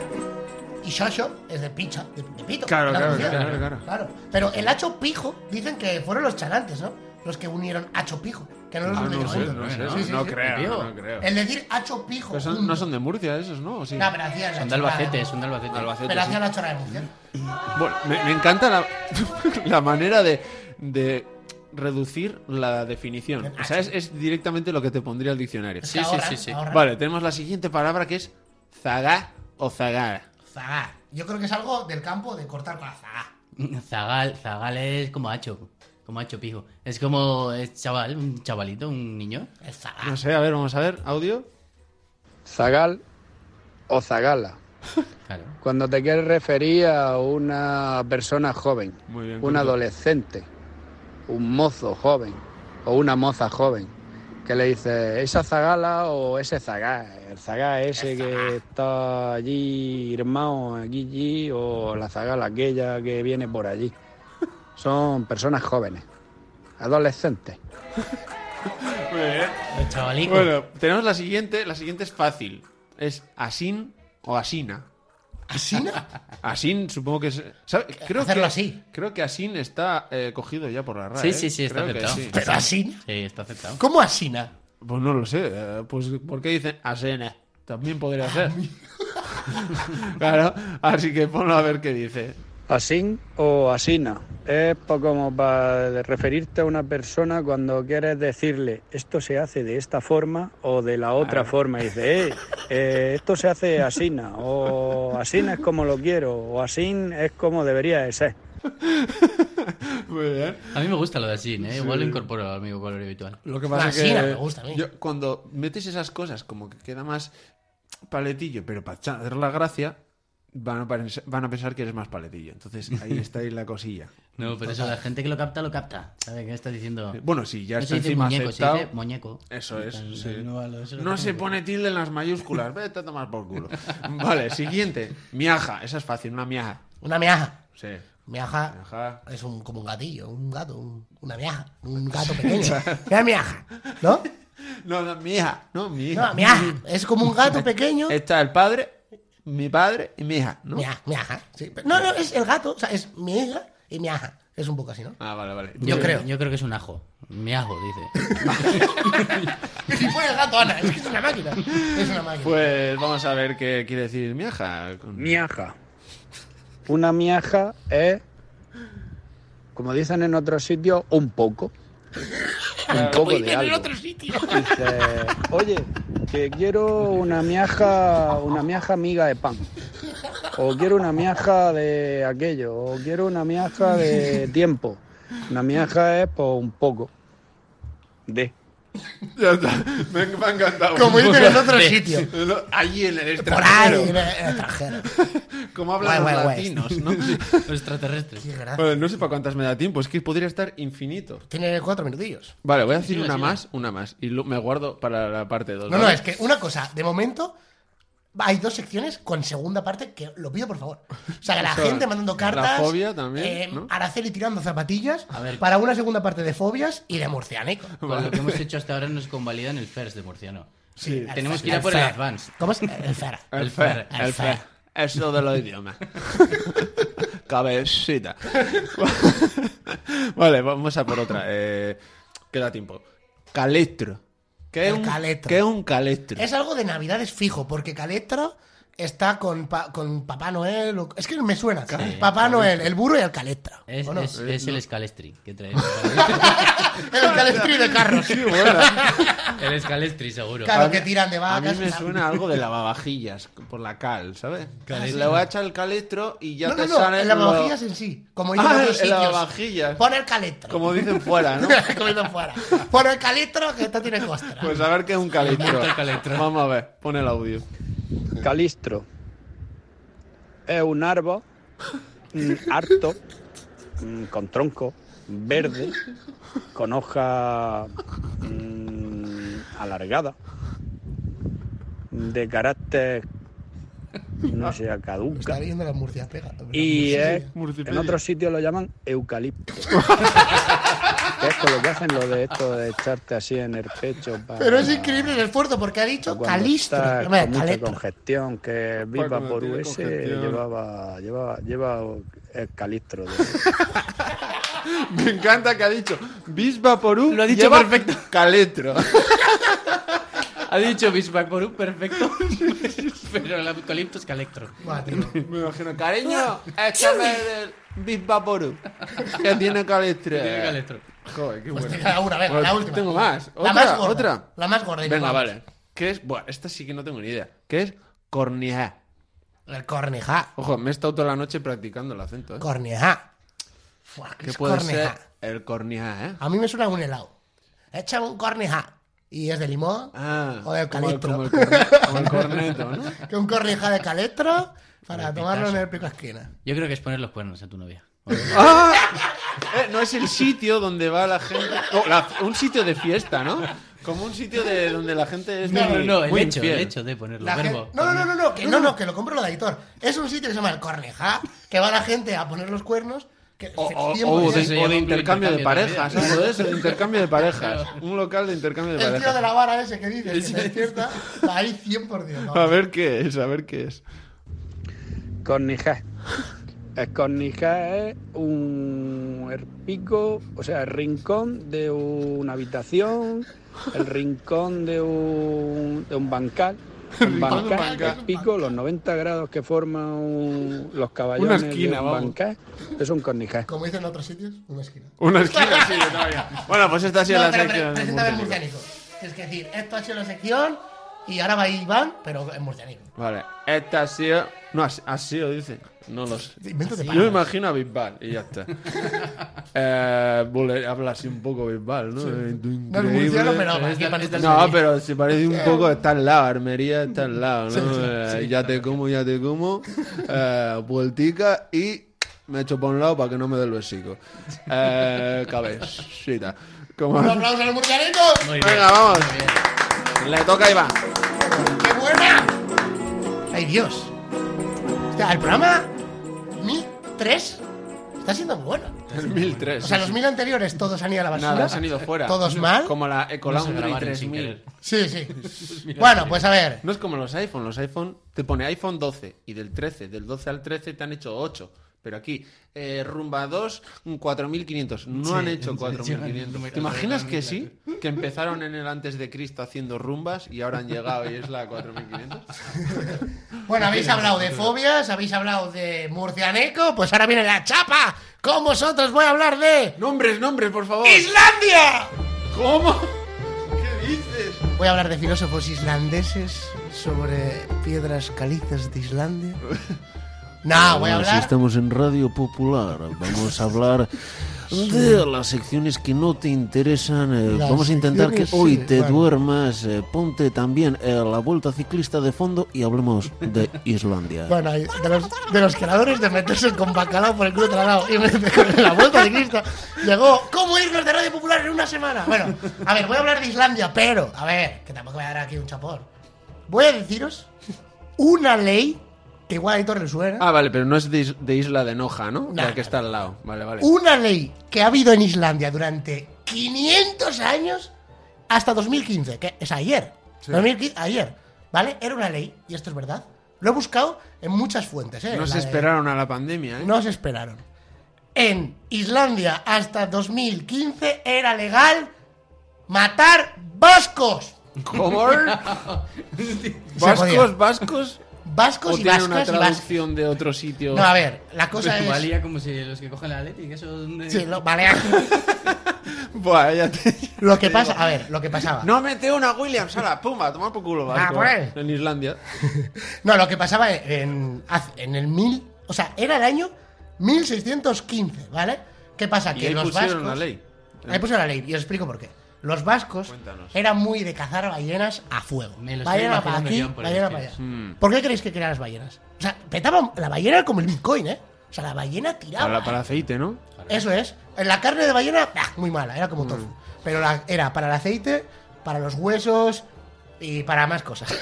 Speaker 5: y shasho es de picha, de, de pito.
Speaker 4: Claro,
Speaker 5: Claro,
Speaker 4: claro,
Speaker 5: sí.
Speaker 4: claro, claro.
Speaker 5: Claro. Pero el hacho pijo dicen que fueron los chalantes, ¿no? Los que unieron hacho pijo. Que no los
Speaker 4: Ah, no
Speaker 5: unieron
Speaker 4: sé,
Speaker 5: juntos.
Speaker 4: no sé,
Speaker 5: Sí, sí,
Speaker 4: no
Speaker 5: sí.
Speaker 4: creo, no creo.
Speaker 5: El decir hacho pijo.
Speaker 4: Pero son- no son de Murcia esos, ¿no? ¿O sí?
Speaker 5: No, pero hacían la
Speaker 6: Son de
Speaker 5: chorrada.
Speaker 6: Albacete, son de Albacete.
Speaker 4: Albacete,
Speaker 5: Pero
Speaker 4: sí.
Speaker 5: hacían la chorra de Murcia.
Speaker 4: Bueno, me, me encanta la, <laughs> la manera de, de reducir la definición. O sea, es, es directamente lo que te pondría el diccionario.
Speaker 6: Sí, sí, sí, sí.
Speaker 5: Ahorra.
Speaker 4: Vale, tenemos la siguiente palabra que es zaga o zagara.
Speaker 5: Zagar. Yo creo que es algo del campo de cortar con la zaga.
Speaker 6: Zagal, Zagal es como Hacho. Como Hacho pijo. Es como es chaval, un chavalito, un niño.
Speaker 5: El zagar.
Speaker 4: No sé, a ver, vamos a ver, audio.
Speaker 7: Zagal o zagala.
Speaker 6: Claro.
Speaker 7: Cuando te quieres referir a una persona joven,
Speaker 4: Muy bien,
Speaker 7: un
Speaker 4: Curto.
Speaker 7: adolescente, un mozo joven o una moza joven, que le dices esa zagala o ese zagá, el zagá ese que está allí, hermano, aquí, allí, o la zagala aquella que viene por allí. Son personas jóvenes, adolescentes.
Speaker 4: Muy bien.
Speaker 6: Los chavalicos.
Speaker 4: Bueno, tenemos la siguiente, la siguiente es fácil. Es asin o asina.
Speaker 5: ¿Asina?
Speaker 4: <laughs> Asin, supongo que es. ¿sabe? Creo
Speaker 5: Hacerlo
Speaker 4: que,
Speaker 5: así.
Speaker 4: Creo que asin está eh, cogido ya por la RAE. ¿eh?
Speaker 6: Sí, sí, sí, está
Speaker 4: Creo que
Speaker 6: aceptado.
Speaker 4: sí.
Speaker 5: ¿Pero asina?
Speaker 6: Sí, está aceptado.
Speaker 5: ¿Cómo asina?
Speaker 4: Pues no lo sé. eh, Pues ¿por qué dicen Asena? También podría ser. <laughs> claro, así que ponlo a ver qué dice.
Speaker 7: Asín o asina. Es po- como para referirte a una persona cuando quieres decirle esto se hace de esta forma o de la otra forma. Y dice, "Eh, eh, esto se hace asina o asina es como lo quiero o asín es como debería de ser.
Speaker 4: Muy bien.
Speaker 6: A mí me gusta lo de así, ¿eh? Igual lo incorporo al amigo color habitual.
Speaker 4: Lo que pasa
Speaker 5: La
Speaker 4: es que
Speaker 5: asina Ah, me gusta a mí.
Speaker 4: yo- cuando metes esas cosas como que queda más paletillo, pero para hacer la gracia van a, pens- van a pensar que eres más paletillo. Entonces ahí está ahí la cosilla.
Speaker 6: No, pero eso, la gente que lo capta, lo capta. ¿Sabes qué estás diciendo?
Speaker 4: Bueno, sí, ya
Speaker 6: no
Speaker 4: está
Speaker 6: se dice
Speaker 4: encima
Speaker 6: muñeco,
Speaker 4: aceptado.
Speaker 6: se dice muñeco.
Speaker 4: Eso es.
Speaker 6: Tan-
Speaker 4: sí.
Speaker 6: no, vale, eso es lo
Speaker 4: No
Speaker 6: que
Speaker 4: se
Speaker 6: tengo.
Speaker 4: pone tilde en las mayúsculas. Vete a tomar por culo. <laughs> Vale, siguiente. Miaja. Esa es fácil, una miaja.
Speaker 5: Una miaja.
Speaker 4: Sí.
Speaker 5: Miaja.
Speaker 4: Miaja.
Speaker 5: Es un, como un gatillo, un gato, un- una miaja, un gato pequeño. Una miaja, ¿no?
Speaker 4: No, no, mi hija. No, mi hija.
Speaker 5: No, miaja. Es como un gato pequeño.
Speaker 4: Está el padre, mi padre y mi hija, ¿no?
Speaker 5: Miaja, miaja. sí. No, no, es el gato, o sea, es mi hija y miaja. Es un poco así, ¿no? <laughs>
Speaker 4: Ah, vale, vale.
Speaker 5: Yo creo.
Speaker 6: Yo creo que es un ajo. Mi ajo, dice.
Speaker 5: <laughs> Si fuera el gato, Ana, es que es una máquina. Es una máquina.
Speaker 4: Pues vamos a ver qué quiere decir mi hija. con-
Speaker 7: Miaja. Una miaja es, como dicen en otros sitios, un poco. Un poco de algo. Dice, oye, que quiero una miaja, una miaja amiga de pan. O quiero una miaja de aquello. O quiero una miaja de tiempo. Una miaja es por un poco. De.
Speaker 4: Ya está. Me, me ha encantado.
Speaker 5: Como dicen en otro sitio.
Speaker 4: Allí en el
Speaker 5: Por ahí, eh,
Speaker 4: extranjero.
Speaker 5: en el extranjero.
Speaker 4: Como hablan
Speaker 5: Guay,
Speaker 4: los
Speaker 5: guay, guay.
Speaker 4: latinos,
Speaker 5: <laughs>
Speaker 4: ¿no?
Speaker 6: Los extraterrestres.
Speaker 5: Qué gracia.
Speaker 4: Bueno, no sé para cuántas me da tiempo. Es que podría estar infinito.
Speaker 5: Tiene cuatro minutillos.
Speaker 4: Vale, voy a decir
Speaker 6: Sigue,
Speaker 4: una
Speaker 6: sigue.
Speaker 4: más, una más. Y lo- me guardo para la parte 2.
Speaker 5: No, no, es que una cosa, de momento hay dos secciones con segunda parte que lo pido por favor. O sea, que la
Speaker 4: Eso,
Speaker 5: gente mandando
Speaker 4: la
Speaker 5: cartas.
Speaker 4: fobia también,
Speaker 5: eh,
Speaker 4: ¿no?
Speaker 5: Araceli tirando zapatillas
Speaker 6: A ver.
Speaker 5: para una segunda parte de fobias y de murciánico.
Speaker 6: Con lo que hemos hecho hasta ahora nos convalidan el first de Murciano.
Speaker 5: Sí,
Speaker 6: tenemos
Speaker 5: el
Speaker 6: que ir a
Speaker 5: fer-
Speaker 6: por el
Speaker 5: fer.
Speaker 6: advance.
Speaker 5: ¿Cómo es? El fer.
Speaker 4: El fer,
Speaker 5: el
Speaker 4: el fer. Eso de
Speaker 5: <laughs>
Speaker 4: los idiomas. Cabecita. <laughs> vale, vamos a por otra. Eh, queda tiempo. Calestro. ¿Qué es,
Speaker 5: El
Speaker 4: un,
Speaker 5: calestro.
Speaker 4: ¿Qué es un calestro?
Speaker 5: Es algo de Navidades fijo, porque Caletro está con, pa- con Papá Noel. o- Es que me suena. Papá Noel, el burro y el Caletro.
Speaker 6: Es,
Speaker 5: ¿o eh, no?
Speaker 6: es- es el escalestri que trae.
Speaker 5: <laughs> El Calestri de carros.
Speaker 4: Sí, bueno.
Speaker 6: el escalestri, seguro.
Speaker 5: Claro, que tiran de
Speaker 4: A
Speaker 5: vacas.
Speaker 4: mí me
Speaker 5: y tal.
Speaker 4: suena algo de lavavajillas por la cal, ¿sabes?
Speaker 6: Calestro.
Speaker 4: Le voy a echar el calestro y ya
Speaker 5: no,
Speaker 4: te
Speaker 5: no, no,
Speaker 4: sale
Speaker 5: el
Speaker 4: lo-
Speaker 5: lavavajillas en sí. Como dicen
Speaker 4: Ah,
Speaker 5: en
Speaker 4: el- el
Speaker 5: otros sitios.
Speaker 4: lavavajillas.
Speaker 5: Pon el caletro. <laughs>
Speaker 4: Como dicen fuera, ¿no?
Speaker 5: Como dicen fuera. Pon el caletro que esto tiene costra.
Speaker 4: Pues a ver qué es un calestro.
Speaker 6: Monta el calestro.
Speaker 4: Vamos a ver, pon el audio.
Speaker 7: Calistro. Es un árbol mm, harto, mm, con tronco, verde, con hoja mm, alargada, de carácter, no sé, caduca.
Speaker 5: Está viendo las murcias pega.
Speaker 7: Y
Speaker 5: Las
Speaker 7: es,
Speaker 5: murcias.
Speaker 7: en otros sitios lo llaman eucalipto. que es con lo que hacen lo de esto de echarte así en el pecho. Para,
Speaker 5: Pero es increíble el esfuerzo porque ha dicho
Speaker 7: cuando
Speaker 5: calistro.
Speaker 7: estás
Speaker 5: No me
Speaker 7: con mucha
Speaker 5: caletro.
Speaker 7: congestión, que viva
Speaker 4: cuando
Speaker 7: por
Speaker 4: tiene
Speaker 7: US
Speaker 4: congestión.
Speaker 7: llevaba, llevaba, lleva el calistro. de- <laughs>
Speaker 4: Me encanta que ha dicho Bisba por un.
Speaker 6: Lo ha dicho
Speaker 4: lleva <laughs>
Speaker 6: perfecto.
Speaker 4: Caletro.
Speaker 6: Ha dicho Bismarck por un perfecto, <laughs> pero el apocalipto es calectro.
Speaker 5: Buah, tío.
Speaker 4: Me imagino, cariño, échame del Bisba por un. Que tiene Caletro.
Speaker 6: <laughs> Tiene calectro.
Speaker 4: Joder, qué
Speaker 5: Pues
Speaker 4: bueno.
Speaker 5: tira una, venga,
Speaker 4: Bueno,
Speaker 5: la última.
Speaker 4: Tengo más.
Speaker 5: La
Speaker 4: Otra,
Speaker 5: más gorda.
Speaker 4: otra.
Speaker 5: La más gorda. y nos
Speaker 4: Venga,
Speaker 5: vamos.
Speaker 4: vale. ¿Qué es? Buah, esta sí que no tengo ni idea. ¿Qué es cornija?
Speaker 5: El corneja.
Speaker 4: Ojo, me he estado toda la noche practicando el acento, ¿eh?
Speaker 5: Corneja. Fuah,
Speaker 4: ¿Qué
Speaker 5: es
Speaker 4: puede
Speaker 5: corneja.
Speaker 4: ser el cornija, eh?
Speaker 5: A mí me suena un helado. Echa un corneja. Y es de limón
Speaker 4: Ah,
Speaker 5: o de
Speaker 4: como el-
Speaker 5: caletro.
Speaker 4: Como el, corne- como el corneto, ¿no?
Speaker 5: que un corneja de caletro para
Speaker 6: El
Speaker 5: tomarlo en
Speaker 6: pitazo.
Speaker 5: el pico esquina.
Speaker 6: Yo creo que es poner los cuernos a tu novia.
Speaker 4: Eh, no es el sitio donde va la gente. no, la- un sitio de fiesta, ¿no? Como un sitio de donde la gente es.
Speaker 6: No, no,
Speaker 4: muy-
Speaker 6: no, el
Speaker 4: muy
Speaker 6: hecho,
Speaker 4: infiel.
Speaker 6: el hecho de ponerlo.
Speaker 5: La
Speaker 6: verbo.
Speaker 5: gen- No, no, no, no, no, que no, no, que lo compro lo de editor. Es un sitio que se llama el Corneja, que va la gente a poner los cuernos. Que
Speaker 4: O, o-
Speaker 5: tiempo
Speaker 4: o
Speaker 5: que
Speaker 6: se
Speaker 4: de,
Speaker 6: llama
Speaker 4: o de
Speaker 6: un
Speaker 4: intercambio de
Speaker 6: intercambio
Speaker 4: parejas,
Speaker 6: también.
Speaker 4: algo de eso, de intercambio de parejas. Un local de intercambio de
Speaker 5: el tío de
Speaker 4: parejas.
Speaker 5: la vara ese que dice que se despierta, ahí 100%.
Speaker 4: A
Speaker 5: vamos.
Speaker 4: ver qué es, a ver qué es.
Speaker 7: Cornijá. El cornijá es un el pico, o sea, el rincón de una habitación, el rincón de un, de
Speaker 4: <laughs>
Speaker 7: un bancal. Un
Speaker 4: rincón de un
Speaker 7: bancal,
Speaker 4: bancal.
Speaker 7: el pico, los 90 grados que forman un- los caballones
Speaker 4: esquina,
Speaker 7: de un
Speaker 4: vamos.
Speaker 7: bancal, es un cornijá.
Speaker 5: Como dicen en otros sitios, una esquina.
Speaker 4: Una esquina, sí,
Speaker 5: <laughs>
Speaker 4: de todavía. Bueno, pues esta ha sido
Speaker 5: No,
Speaker 4: la
Speaker 5: pero,
Speaker 4: sección.
Speaker 5: pero
Speaker 4: del
Speaker 5: preséntame en
Speaker 4: murciélago.
Speaker 5: murciánico. Es que decir, esto ha sido la sección y ahora va a ir Iván, pero en murciánico.
Speaker 4: Vale, esta ha sido. No, ha, ha sido, dice. No lo sé.
Speaker 5: Invéntate
Speaker 4: Yo me
Speaker 5: palabras.
Speaker 4: imagino a Bisbal y ya está. <laughs> eh, Buller habla así un poco Bisbal, ¿no? Eh, tú
Speaker 5: No es
Speaker 4: increíble.
Speaker 5: murciano, pero
Speaker 6: Pero
Speaker 5: aquí
Speaker 6: es la-
Speaker 5: parece-
Speaker 6: es
Speaker 4: No, pero se parece un poco, está al lado, Armería está al lado, ¿no?
Speaker 5: Sí, sí,
Speaker 4: Eh, ya te como, ya te <laughs> como, eh, vueltica y me echo por un lado para que no me dé el hocico. Eh, cabecita. Como-
Speaker 5: Un aplauso al murciánico.
Speaker 6: Muy bien.
Speaker 4: Venga, vamos. Le toca a Iván.
Speaker 5: ¡Qué buena! ¡Ay, Dios! Hostia, el programa 1003 está siendo bueno.
Speaker 4: <laughs> El 1003.
Speaker 5: O sea, los 1000 anteriores todos han ido a la basura.
Speaker 4: Nada, se han ido fuera.
Speaker 5: ¿Todos mal?
Speaker 4: Como la
Speaker 6: No se
Speaker 4: Ecolaundry
Speaker 6: grabaron sin
Speaker 4: 3000.
Speaker 6: querer.
Speaker 5: Sí,
Speaker 4: <laughs>
Speaker 5: sí. <laughs> bueno, pues a ver.
Speaker 4: No es como los iPhone. Los iPhone te pone iPhone 12 y del 13, del 12 al 13 te han hecho 8. Pero aquí, eh, Rumba 2, 4.500. No
Speaker 6: Sí,
Speaker 4: han hecho
Speaker 6: sí, sí,
Speaker 4: 4.500.
Speaker 6: sí.
Speaker 4: ¿Te imaginas que sí? Que empezaron en el antes de Cristo haciendo rumbas y ahora han llegado y es la 4.500.
Speaker 5: Bueno, habéis hablado de fobias, habéis hablado de murcianeco, pues ahora viene la chapa. Con vosotros voy a hablar de
Speaker 4: Nombres, nombres, por favor.
Speaker 5: Islandia.
Speaker 4: ¿Cómo? ¿Qué dices?
Speaker 5: Voy a hablar de filósofos islandeses sobre piedras calizas de
Speaker 4: <laughs>
Speaker 5: Islandia.
Speaker 4: Ah,
Speaker 5: No, voy
Speaker 8: Eh,
Speaker 5: a
Speaker 8: Si
Speaker 5: hablar.
Speaker 8: estamos en Radio Popular, vamos a
Speaker 4: <laughs>
Speaker 8: hablar de las secciones que no te interesan. eh,
Speaker 5: Las
Speaker 8: vamos a intentar que
Speaker 5: secciones,
Speaker 8: hoy
Speaker 5: sí,
Speaker 8: te
Speaker 5: bueno.
Speaker 8: duermas. eh, ponte también eh, la vuelta ciclista de fondo y hablemos
Speaker 4: <laughs>
Speaker 8: de Islandia.
Speaker 5: Bueno, hay- de los, de los creadores de meterse con bacalao por el culo tragado y meterse con la vuelta de Cristo, llegó ¿Cómo irnos de Radio Popular en una semana? Bueno, a ver, voy a hablar de Islandia, pero, a ver, que tampoco voy a dar aquí un chapón. Voy a deciros una ley que igual a Aitor le suena.
Speaker 4: Ah, vale, pero no es de, is- de Isla de Noja, ¿no?
Speaker 5: Nah.
Speaker 4: La que está al lado. Vale, vale.
Speaker 5: Una ley que ha habido en Islandia durante 500 años hasta 2015, que es ayer. 2015, ayer, ¿vale? Era una ley, y esto es verdad. Lo he buscado en muchas fuentes. ¿eh?
Speaker 4: no
Speaker 5: La
Speaker 4: se
Speaker 5: de-
Speaker 4: esperaron a la pandemia, ¿eh?
Speaker 5: No se esperaron. En Islandia hasta 2015 era legal matar vascos.
Speaker 4: <laughs> ¿Cómo?
Speaker 8: <laughs>
Speaker 4: <laughs>
Speaker 5: podía.
Speaker 4: ¿Vascos, vascos? ¿O
Speaker 5: Vascos y
Speaker 4: tiene una
Speaker 5: vascas y vascos.
Speaker 4: traducción de otro sitio?
Speaker 5: No, a ver, la cosa
Speaker 4: <laughs>
Speaker 5: es...
Speaker 6: Pues Valía como si los que cogen la Leti, que eso donde...
Speaker 5: Sí, lo, vale.
Speaker 4: Buah, ya te-
Speaker 5: Lo que pasa... A ver, lo que pasaba.
Speaker 4: No mete una Williams, ahora, pumba, toma por culo, vasco.
Speaker 5: Ah, pues.
Speaker 4: En Islandia.
Speaker 5: No, lo que pasaba en, haz- en el mil... O sea, era el año 1615, ¿vale? ¿Qué pasa?
Speaker 4: Y
Speaker 5: que
Speaker 4: ahí
Speaker 5: los
Speaker 4: pusieron
Speaker 5: vascos...
Speaker 4: la ley.
Speaker 5: Ahí pusieron la ley, y os explico por qué. Los vascos
Speaker 4: Cuéntanos.
Speaker 5: eran muy de cazar ballenas a fuego.
Speaker 6: Me lo estoy
Speaker 5: Ballena para
Speaker 6: imaginando
Speaker 5: aquí,
Speaker 6: ya por el
Speaker 5: ballena para
Speaker 6: estilo.
Speaker 5: allá.
Speaker 4: Mm.
Speaker 5: ¿Por qué creéis que crean las ballenas? O sea, petaban la ballena era como el Bitcoin, ¿eh? O sea, la ballena tiraba.
Speaker 4: Para, para aceite, ¿no?
Speaker 5: Eso es. La carne de ballena, bah, muy mala, era
Speaker 4: Mm.
Speaker 5: como tofu. Pero la- era para el aceite, para los huesos y para más cosas.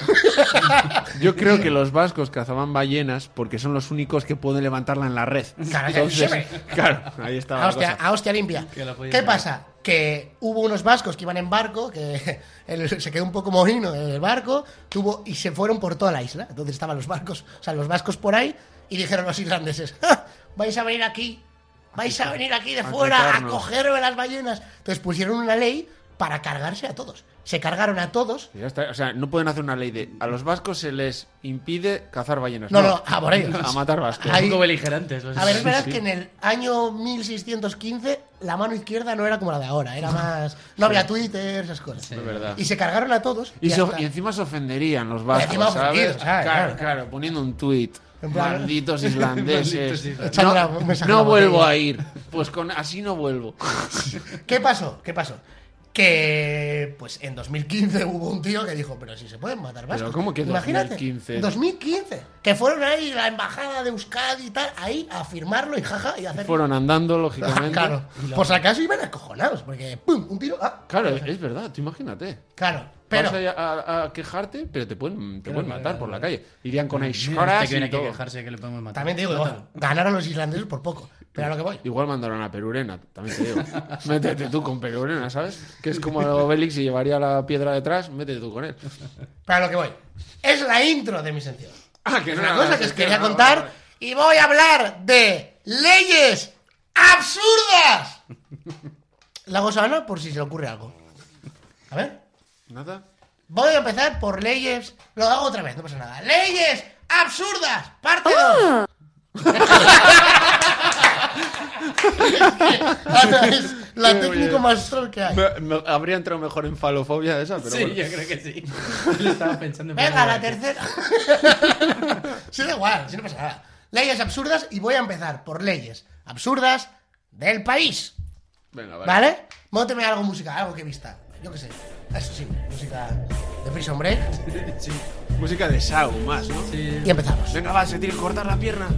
Speaker 4: Yo creo que los vascos cazaban ballenas porque son los únicos que pueden levantarla en la red.
Speaker 5: Claro,
Speaker 4: Entonces,
Speaker 5: siempre.
Speaker 4: claro, ahí
Speaker 5: a,
Speaker 4: estaba la
Speaker 5: hostia,
Speaker 4: cosa.
Speaker 5: a hostia limpia.
Speaker 6: Que la podían
Speaker 5: ¿Qué
Speaker 6: llevar.
Speaker 5: pasa? Que hubo unos vascos que iban en barco, que <laughs> el- se quedó un poco morino el barco, tuvo, y se fueron por toda la isla, donde estaban los barcos, o sea, los vascos por ahí, y dijeron los islandeses, <laughs> "Ja, vais a venir aquí, vais a venir aquí de fuera a
Speaker 4: quitarnos".
Speaker 5: cogerme las ballenas. Entonces pusieron una ley para cargarse a todos. Se cargaron a todos.
Speaker 4: Ya está, O sea, no pueden hacer una ley de. A los vascos se les impide cazar ballenas.
Speaker 5: No, no, a por ellos. Ah,
Speaker 4: A matar vascos.
Speaker 5: Ahí-
Speaker 6: Un poco beligerantes. pues este Los
Speaker 5: A ver, es verdad
Speaker 4: Pues sí.
Speaker 5: que en el año 1615 la mano izquierda no era como la de ahora, era más... No había Twitter, esas cosas.
Speaker 4: Es verdad.
Speaker 5: Y se cargaron a todos.
Speaker 4: Y, se-
Speaker 5: hasta-
Speaker 4: y encima se ofenderían los vascos,
Speaker 5: Encima
Speaker 4: ¿sabes?
Speaker 5: ofendidos, ah,
Speaker 4: claro,
Speaker 5: claro.
Speaker 4: claro, poniendo un tuit.
Speaker 5: En plan- <laughs>
Speaker 4: Malditos islandeses.
Speaker 5: islandeses. Echando la- un
Speaker 4: no
Speaker 5: mensaje a
Speaker 4: no
Speaker 5: la
Speaker 4: vuelvo
Speaker 5: botella.
Speaker 4: a ir. Pues con así no vuelvo.
Speaker 5: ¿Qué pasó? ¿Qué pasó? Que pues en 2015 hubo un tío que dijo, pero si se pueden matar vascos.
Speaker 4: Pero ¿cómo que
Speaker 5: Imagínate,
Speaker 4: 2015?
Speaker 5: 2015. Que fueron ahí la embajada de Euskadi y tal, ahí a firmarlo y jaja y a hacer... <laughs> Ah,
Speaker 4: Fueron andando, <laughs> lógicamente.
Speaker 5: claro. Por si acaso iban acojonados, porque ¡pum! Un tiro... ah,
Speaker 4: Claro, es verdad, tú imagínate.
Speaker 5: claro.
Speaker 4: Pero,
Speaker 5: Pero...
Speaker 4: Vas a, a- a quejarte, pero te pueden, te pueden matar por la calle. Irían con
Speaker 6: Ahora
Speaker 4: Aishkaras
Speaker 6: que viene
Speaker 4: y
Speaker 6: aquí a
Speaker 4: todo.
Speaker 6: quejarse que le podemos matar.
Speaker 5: También te digo, bueno, ganaron los islandeses por poco. Pero a lo que voy.
Speaker 4: Igual mandaron a Perurena, también te digo. <laughs> Métete tú con Perurena, ¿sabes? Que es como Obelix y llevaría la piedra detrás, métete tú con él.
Speaker 5: Pero a lo que voy. Es la intro de mi sección.
Speaker 4: Ah, que
Speaker 5: Es
Speaker 4: no
Speaker 5: una
Speaker 4: era
Speaker 5: cosa
Speaker 4: la
Speaker 5: que os
Speaker 4: sección,
Speaker 5: quería
Speaker 4: ah, vale,
Speaker 5: contar
Speaker 4: vale.
Speaker 5: y voy a hablar de leyes absurdas. La gozana por si se le ocurre algo. A ver.
Speaker 4: Nada.
Speaker 5: Voy a empezar por leyes. Lo hago otra vez, no pasa nada. Leyes absurdas, parte <laughs> 2. es la
Speaker 4: Muy
Speaker 5: técnica
Speaker 4: bien.
Speaker 5: más troll que hay.
Speaker 4: Me- me- habría entrado mejor en falofobia esa, pero
Speaker 6: Sí,
Speaker 4: bueno.
Speaker 6: yo creo que
Speaker 4: <laughs>
Speaker 6: sí. Lo estaba pensando. pero
Speaker 5: Venga, <laughs>
Speaker 6: no,
Speaker 5: la
Speaker 6: que-
Speaker 5: tercera. sí, da igual, sí, no pasa nada. Leyes absurdas y voy a empezar por leyes absurdas del país.
Speaker 4: Venga, vale.
Speaker 5: ¿Vale? Mónteme algo musical, algo que vista. Yo qué sé. Eso sí, música de Prison Break.
Speaker 4: Música de Sau más, ¿no?
Speaker 5: Y empezamos.
Speaker 4: Venga, va, se tiene que cortar la pierna.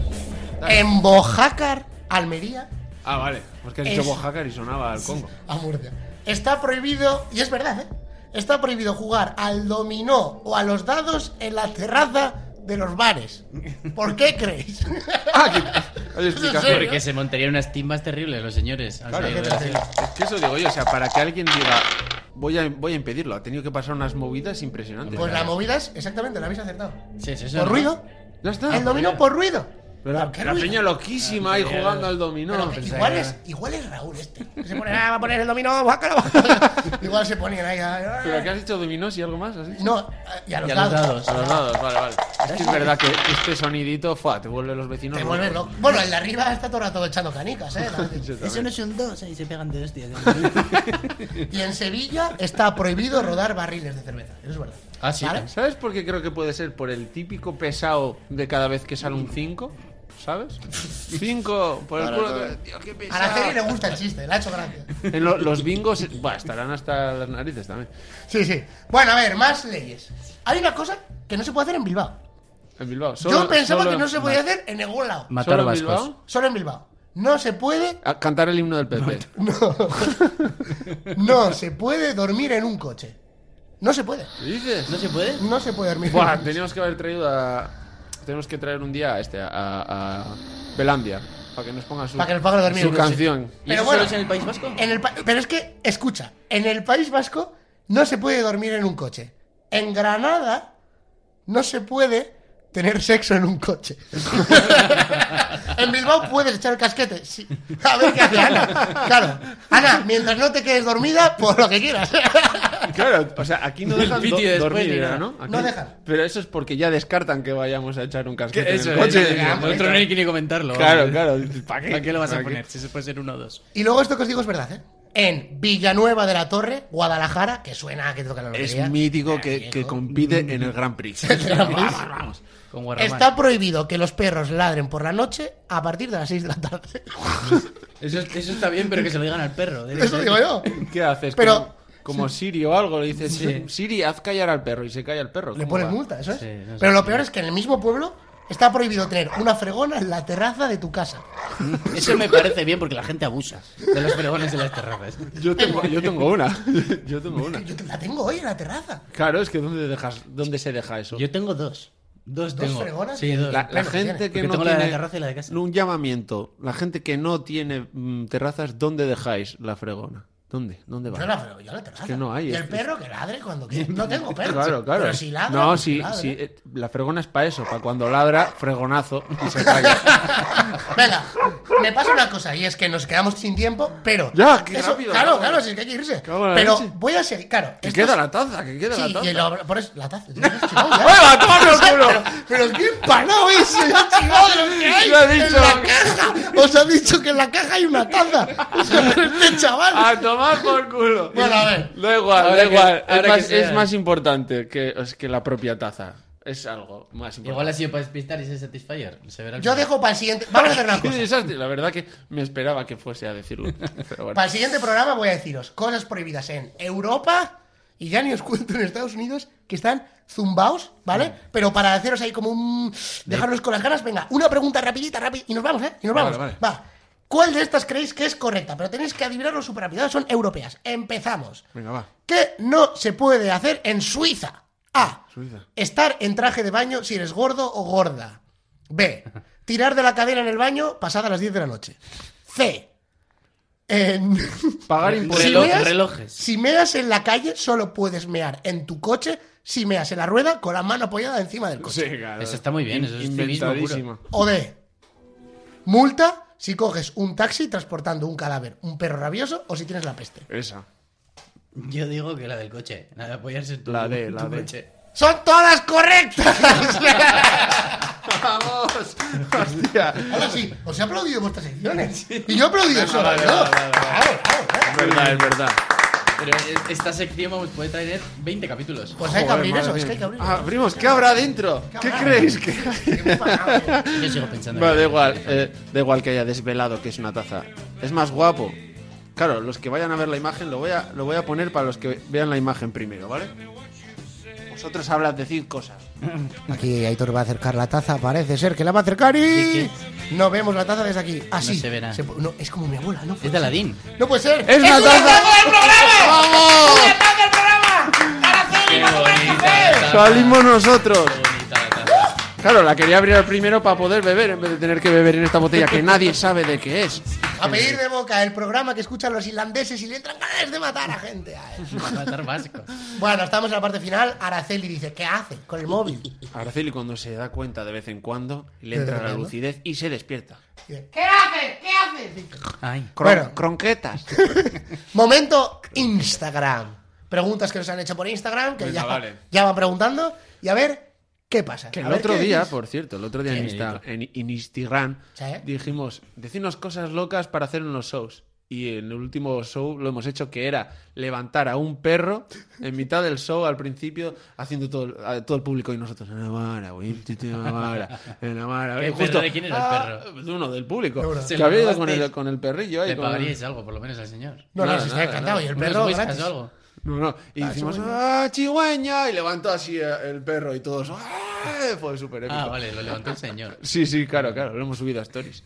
Speaker 4: Dale.
Speaker 5: En Bojácar, Almería,
Speaker 4: Ah, vale. Pues que has dicho
Speaker 5: Es-
Speaker 4: Oaxaca y sonaba al Congo.
Speaker 5: a Murcia, está prohibido, y es verdad, ¿eh? Está prohibido jugar al dominó o a los dados en la terraza de los bares. ¿Por qué creéis?
Speaker 4: <laughs> Ah, que... Hay explicación.
Speaker 5: serio?
Speaker 6: Porque se montarían unas timbas terribles los señores.
Speaker 5: <laughs>
Speaker 6: al salir de la ciudad.
Speaker 4: Es que eso digo yo, o sea, para que alguien diga voy a, voy a impedirlo, ha tenido que pasar unas movidas impresionantes.
Speaker 5: Pues la movida es exactamente, la habéis acertado.
Speaker 6: Sí, sí, eso
Speaker 5: Por
Speaker 6: no.
Speaker 5: ruido.
Speaker 4: Ya está.
Speaker 5: El dominó por ruido.
Speaker 4: Pero la,
Speaker 5: qué
Speaker 4: la
Speaker 5: ruido?
Speaker 4: peña loquísima ahí jugando al dominó.
Speaker 5: Pero
Speaker 4: Pensaba
Speaker 5: igual,
Speaker 4: que
Speaker 5: es,
Speaker 4: era-
Speaker 5: igual es Raúl este. Que se pone, ah, va a poner el dominó, bácalo, bácalo. <laughs> igual se ponían ahí. ah,
Speaker 4: ¿Pero qué has dicho dominós y algo más? ¿Has dicho?
Speaker 5: No, y a los
Speaker 6: Y a los
Speaker 5: dados.
Speaker 6: dados,
Speaker 4: A los dados, vale, vale. Es que es verdad que este sonidito, fuá, te vuelve los vecinos.
Speaker 5: Te
Speaker 4: locos.
Speaker 5: vuelves loco. Bueno, el de arriba está todo el rato echando canicas,
Speaker 4: <laughs>
Speaker 5: ¿eh?
Speaker 6: Eso no es un dos, ahí se pegan de hostias.
Speaker 5: Y en Sevilla está prohibido rodar barriles de cerveza. Eso es verdad.
Speaker 6: Ah, sí.
Speaker 5: ¿Vale?
Speaker 4: ¿Sabes por qué creo que puede ser? Por el típico pesado de cada vez que sale un 5,
Speaker 5: <laughs>
Speaker 4: ¿sabes? 5 por el culo. de- Tío, qué
Speaker 5: A la serie
Speaker 4: pesado.
Speaker 5: le gusta el chiste, le ha hecho gracia.
Speaker 4: En lo- los bingos buah, estarán hasta las narices también.
Speaker 5: Sí, sí. Bueno, a ver, más leyes. Hay una cosa que no se puede hacer en Bilbao.
Speaker 4: En Bilbao. Solo-
Speaker 5: Yo pensaba
Speaker 4: solo-
Speaker 5: que no se podía
Speaker 4: vale.
Speaker 5: hacer en ningún lado.
Speaker 6: Matar
Speaker 4: ¿Solo en
Speaker 6: vascos.
Speaker 4: Bilbao?
Speaker 5: Solo en Bilbao. No se puede.
Speaker 4: A cantar el himno del PP.
Speaker 5: No.
Speaker 4: <laughs>
Speaker 5: No se puede dormir en un coche. No se puede.
Speaker 4: ¿Qué dices?
Speaker 6: ¿No se puede?
Speaker 5: No se puede dormir.
Speaker 4: <laughs> Buah, teníamos que haber traído a. Tenemos que traer un día a este, a. a Belandia. Para que nos ponga su.
Speaker 5: Para que nos ponga a dormir
Speaker 4: Su
Speaker 5: en un coche.
Speaker 4: canción.
Speaker 6: ¿Y
Speaker 5: Pero
Speaker 6: eso
Speaker 5: bueno.
Speaker 6: solo es en el País Vasco?
Speaker 5: En el pa- pero es que, escucha, en el País Vasco no se puede dormir en un coche. En Granada no se puede tener sexo en un coche. <laughs> en Bilbao puedes echar el casquete. sí. A ver qué hace Ana. Claro. Ana, mientras no te quedes dormida, por lo que quieras.
Speaker 4: Claro, o sea, aquí no dejan
Speaker 6: piti
Speaker 4: do-
Speaker 6: después
Speaker 4: dormir,
Speaker 6: ni nada.
Speaker 4: ¿no? Aquí-
Speaker 5: No dejan.
Speaker 4: Pero eso es porque ya descartan que vayamos a echar un casquete
Speaker 6: Eso,
Speaker 4: en el coche.
Speaker 6: eh, el otro no hay que ni comentarlo.
Speaker 4: Claro,
Speaker 6: vamos.
Speaker 4: claro. ¿Para qué?
Speaker 6: ¿Para qué lo vas a
Speaker 4: ¿Para qué?
Speaker 6: poner? Si se puede ser uno o dos.
Speaker 5: y luego esto que os digo es verdad, ¿eh? En Villanueva de la Torre, Guadalajara, que suena a que toca la
Speaker 4: Es
Speaker 5: lotería.
Speaker 4: mítico
Speaker 5: Ah,
Speaker 4: que,
Speaker 5: viejo.
Speaker 4: que compite en el Grand Prix. vamos, vamos.
Speaker 6: Con Guaramán.
Speaker 5: Está prohibido que los perros ladren por la noche a partir de las 6 de la tarde.
Speaker 6: Eso, eso está bien, pero que se lo digan al perro.
Speaker 5: <laughs>
Speaker 6: debe
Speaker 5: Eso
Speaker 6: ser.
Speaker 5: digo yo.
Speaker 4: <laughs> ¿Qué haces?
Speaker 5: Pero-
Speaker 4: como, como Siri o algo, le dices,
Speaker 6: Sí.
Speaker 4: Siri, haz callar al perro y se calla el perro.
Speaker 5: Le
Speaker 4: ¿Cómo
Speaker 5: pones
Speaker 4: va?
Speaker 5: multa, eso es.
Speaker 6: Sí, no sé.
Speaker 5: Pero lo peor es que en el mismo pueblo está prohibido tener una fregona en la terraza de tu casa.
Speaker 6: Eso me parece bien porque la gente abusa de los pregones de las terrazas.
Speaker 4: Yo tengo, yo tengo una. <laughs> Yo tengo una.
Speaker 5: Yo te- la tengo hoy en la terraza.
Speaker 4: Claro, es que ¿dónde, dejas, dónde se deja eso?
Speaker 6: Yo tengo dos. Dos,
Speaker 5: ¿Dos
Speaker 6: tengo.
Speaker 5: fregonas?
Speaker 6: Sí, dos.
Speaker 4: La, la
Speaker 5: Claro,
Speaker 4: gente
Speaker 5: tiene.
Speaker 4: que
Speaker 6: Porque
Speaker 4: no
Speaker 6: tengo la de
Speaker 4: tiene
Speaker 6: la terraza y la de casa.
Speaker 4: un llamamiento, la gente que no tiene mm, terrazas, ¿dónde dejáis la fregona? ¿Dónde? ¿Dónde va?
Speaker 5: Yo la frego, yo en la terraza.
Speaker 4: que no hay,
Speaker 5: y
Speaker 4: es-
Speaker 5: el perro que ladre cuando
Speaker 4: <laughs>
Speaker 5: quiera. No tengo perro.
Speaker 4: Claro, claro.
Speaker 5: Pero si ladra.
Speaker 4: no,
Speaker 5: pues
Speaker 4: sí,
Speaker 5: ladra.
Speaker 4: sí, eh, la fregona es para eso, para cuando ladra, fregonazo y se
Speaker 5: <laughs>
Speaker 4: calla.
Speaker 5: Venga, me pasa una cosa y es que nos quedamos sin tiempo, pero.
Speaker 4: Ya, qué
Speaker 5: eso-
Speaker 4: rápido.
Speaker 5: Claro, claro, si es que hay que irse.
Speaker 4: Cago en la
Speaker 5: Pero
Speaker 4: leche.
Speaker 5: voy a seguir, claro.
Speaker 4: que
Speaker 5: esto
Speaker 4: queda
Speaker 5: es-
Speaker 4: la taza, que queda
Speaker 5: Sí,
Speaker 4: la taza.
Speaker 5: y lo, por eso, la
Speaker 4: <laughs>
Speaker 5: taza. tío, chivado ya.
Speaker 4: ¡Hueva, toma por culo!
Speaker 5: Pero qué empanado <laughs> es, se ha chivado de lo que hay
Speaker 4: <laughs> Lo ha
Speaker 5: en
Speaker 4: dicho.
Speaker 5: la caja. Os ha dicho que en la caja hay una taza.
Speaker 4: <laughs>
Speaker 5: <laughs> O sea, pero este chaval.
Speaker 4: A tomar por culo.
Speaker 5: Bueno, a ver.
Speaker 4: Da igual,
Speaker 6: Ahora
Speaker 4: da
Speaker 6: que-
Speaker 4: igual.
Speaker 6: ahora
Speaker 4: Es
Speaker 6: que
Speaker 4: más,
Speaker 6: sea.
Speaker 4: es más importante que, es que la propia taza. Es algo más importante.
Speaker 6: Igual ha sido para despistar y ese Satisfyer. Se verá al
Speaker 5: Yo
Speaker 6: final.
Speaker 5: dejo para el siguiente. Vamos a hacer una
Speaker 4: Qué
Speaker 5: cosa.
Speaker 4: desastre. La verdad que me esperaba que fuese a decirlo. Pero bueno.
Speaker 5: Para el siguiente programa voy a deciros cosas prohibidas en Europa y ya ni os cuento en Estados Unidos que están zumbaos,
Speaker 4: Mm.
Speaker 5: ¿vale? Pero para haceros ahí como un... dejarnos con las ganas, venga, una pregunta rapidita, rápida y nos vamos, ¿eh? Y nos vamos.
Speaker 4: Vale,
Speaker 5: Va. ¿Cuál de estas creéis que es correcta? Pero tenéis que adivinarlo súper rápido. Son europeas. Empezamos.
Speaker 4: Venga, va.
Speaker 5: ¿Qué no se puede hacer en Suiza? A.
Speaker 4: Suiza.
Speaker 5: Estar en traje de baño si eres gordo o gorda.
Speaker 4: <laughs>
Speaker 5: B. Tirar de la cadena en el baño pasada las 10 de la noche. C. En-
Speaker 4: Pagar
Speaker 5: si,
Speaker 4: impuestos.
Speaker 6: Reloj-
Speaker 5: meas,
Speaker 6: relojes.
Speaker 5: si meas en la calle, solo puedes mear en tu coche si meas en la rueda con la mano apoyada encima del coche.
Speaker 4: claro.
Speaker 6: Eso está muy bien, eso es civismo puro.
Speaker 4: Inventadísimo.
Speaker 5: O D. Multa si coges un taxi transportando un cadáver, un perro rabioso o si tienes la peste.
Speaker 4: Esa.
Speaker 6: Yo digo que la del coche. La de apoyarse en tu,
Speaker 4: La de,
Speaker 6: en
Speaker 4: la
Speaker 6: tu
Speaker 4: de.
Speaker 6: coche.
Speaker 5: ¡Son todas
Speaker 4: <laughs>
Speaker 5: correctas!
Speaker 4: ¡Vamos! ¡Hostia!
Speaker 5: Ahora sí, os he aplaudido vuestras secciones. Y yo he aplaudido solo. ¿no? Claro, claro, claro.
Speaker 4: Es verdad, es verdad.
Speaker 6: Pero es- esta sección vamos, puede traer 20 capítulos.
Speaker 5: Pues hay que
Speaker 4: Joder,
Speaker 5: abrir
Speaker 4: madre
Speaker 5: eso, es
Speaker 4: mía.
Speaker 5: que hay que abrir.
Speaker 4: Ah, primos, ¿qué habrá dentro? ¿Qué creéis? que
Speaker 5: Qué
Speaker 4: <laughs>
Speaker 5: empanado, tío.
Speaker 6: Yo sigo pensando.
Speaker 4: Bueno,
Speaker 6: en-
Speaker 4: da igual, eh, da igual que haya desvelado que es una taza. Es más guapo. Claro, los que vayan a ver la imagen, lo voy a, lo voy a poner para los que vean la imagen primero, ¿vale? Vosotros hablad, decid cosas.
Speaker 5: Aquí Aitor va a acercar la taza, parece ser que la va a acercar y. No vemos la taza desde aquí. Así.
Speaker 6: No se verá.
Speaker 5: pu- no, es como mi abuela, ¿no?
Speaker 6: Es de Aladín.
Speaker 5: No puede ser.
Speaker 4: ¡Es una taza! ¡Vamos!
Speaker 6: Qué bonita la taza.
Speaker 4: ¡Salimos nosotros!
Speaker 6: Qué bonita la taza.
Speaker 4: Claro, la quería abrir al primero para poder beber en vez de tener que beber en esta botella que nadie sabe de qué es.
Speaker 5: A pedir de boca el programa que escuchan los irlandeses y le entran ganas de matar a gente. Ay.
Speaker 6: Matar vasco.
Speaker 5: Bueno, estamos en la parte final. Araceli dice, ¿qué hace con el móvil?
Speaker 4: Araceli cuando se da cuenta de vez en cuando, le entra la
Speaker 5: verdad, ¿no?
Speaker 4: lucidez y se despierta.
Speaker 6: Ay.
Speaker 4: Cron-
Speaker 5: Bueno.
Speaker 4: Cronquetas.
Speaker 5: Momento Instagram. Preguntas que nos han hecho por Instagram, que
Speaker 4: Venga,
Speaker 5: ya,
Speaker 4: vale.
Speaker 5: ya van preguntando. Y a ver, ¿qué pasa?
Speaker 4: Que
Speaker 5: A
Speaker 4: el
Speaker 5: ver
Speaker 4: otro
Speaker 5: qué
Speaker 4: día,
Speaker 5: decís.
Speaker 4: por cierto, el otro día en,
Speaker 6: Sí.
Speaker 4: Insta- en- en Instagram
Speaker 5: Sí.
Speaker 4: dijimos, decirnos cosas locas para hacer en los shows. Y en el último show lo hemos hecho que era levantar a un perro en mitad del show al principio haciendo todo, el- a todo el público y nosotros en la mara, güey, <laughs> en la mara, en la mara.
Speaker 6: ¿Qué
Speaker 4: Y
Speaker 6: perro? ¿De quién era el
Speaker 4: "Ah", de uno del público.
Speaker 5: Seguro.
Speaker 6: Se
Speaker 4: Que
Speaker 6: lo
Speaker 4: había ido con
Speaker 6: robasteis.
Speaker 4: el, con el perrillo ahí.
Speaker 6: Le
Speaker 4: con-
Speaker 6: pagaríais algo, por lo menos, al señor.
Speaker 5: No, no,
Speaker 4: Nada,
Speaker 5: si está
Speaker 4: nada,
Speaker 5: encantado.
Speaker 4: nada.
Speaker 5: Y el
Speaker 6: ¿Unos
Speaker 5: perro
Speaker 6: whiskas
Speaker 5: gratis.
Speaker 6: o algo?
Speaker 4: No, no. Y decimos, ¡ah, chigüeña! Y levantó así eh, el perro y todos, ¡ah! Fue súper épico.
Speaker 6: Ah, vale, lo levantó el señor.
Speaker 4: Sí, sí, claro, claro. Lo hemos subido a stories.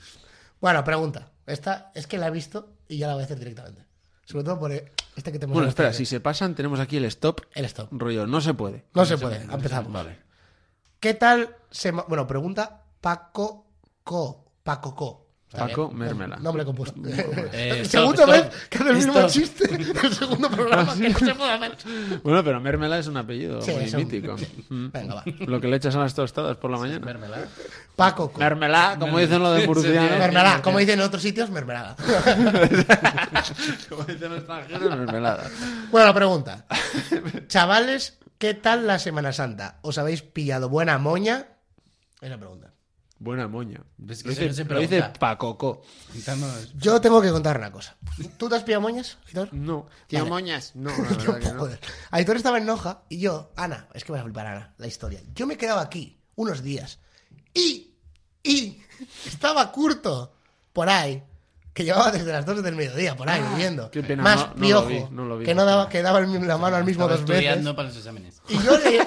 Speaker 5: Bueno, pregunta. Esta es que la he visto y ya la voy a hacer directamente. Sobre todo por eh, esta que te hemos
Speaker 4: Bueno, espera, si
Speaker 5: mostrado.
Speaker 4: se pasan, tenemos aquí el stop.
Speaker 5: El stop.
Speaker 4: Rollo, no se puede.
Speaker 5: No se puede, empezamos. Vale. ¿Qué tal se... ma- Bueno, pregunta Paco Co. Paco Co. Está
Speaker 4: Paco
Speaker 5: bien.
Speaker 4: Mermela.
Speaker 5: Nombre compuesto. <laughs>
Speaker 6: Eh,
Speaker 5: Segunda
Speaker 6: stop,
Speaker 5: vez
Speaker 6: stop,
Speaker 5: que hace el mismo
Speaker 6: stop.
Speaker 5: chiste del segundo programa. que no se puede hacer.
Speaker 4: Bueno, pero mermela es un apellido
Speaker 5: Sí,
Speaker 4: muy
Speaker 5: es un-
Speaker 4: mítico. Mm.
Speaker 5: Venga, va.
Speaker 4: Lo que le echas a las tostadas por la mañana.
Speaker 6: Mermelada.
Speaker 5: Paco Co.
Speaker 4: Mermelá, como dicen los de Murcia.
Speaker 5: Mermelada. Como dicen en otros sitios, mermelada.
Speaker 4: Como dicen los extranjeros, mermelada.
Speaker 5: Bueno,
Speaker 4: <laughs>
Speaker 5: pregunta. Chavales, ¿qué tal la Semana Santa? ¿Os habéis pillado buena moña? Esa pregunta.
Speaker 4: Buena moña.
Speaker 6: Pues que
Speaker 4: lo,
Speaker 6: eso
Speaker 4: dice,
Speaker 6: no se
Speaker 4: lo
Speaker 6: pregunta.
Speaker 4: dice Pacoco.
Speaker 6: Estamos...
Speaker 5: Yo tengo que contar una cosa. ¿Tú te has pillado moñas, Aitor?
Speaker 4: No. Tío,
Speaker 5: Vale.
Speaker 4: moñas. No,
Speaker 5: Yo, joder. Aitor estaba en Noja y yo, Ana, es que vas a flipar, Ana, la historia. Yo me he quedado aquí unos días y, y estaba curto por ahí, que llevaba desde las 12 del mediodía por ahí viviendo.
Speaker 4: Ah, qué pena,
Speaker 5: Más
Speaker 4: no- no lo
Speaker 5: piojo,
Speaker 4: vi, no lo vi.
Speaker 5: que no daba, que daba el mi- la mano al mismo
Speaker 6: Estaba
Speaker 5: dos veces.
Speaker 6: estudiando para los exámenes.
Speaker 5: Y yo, le,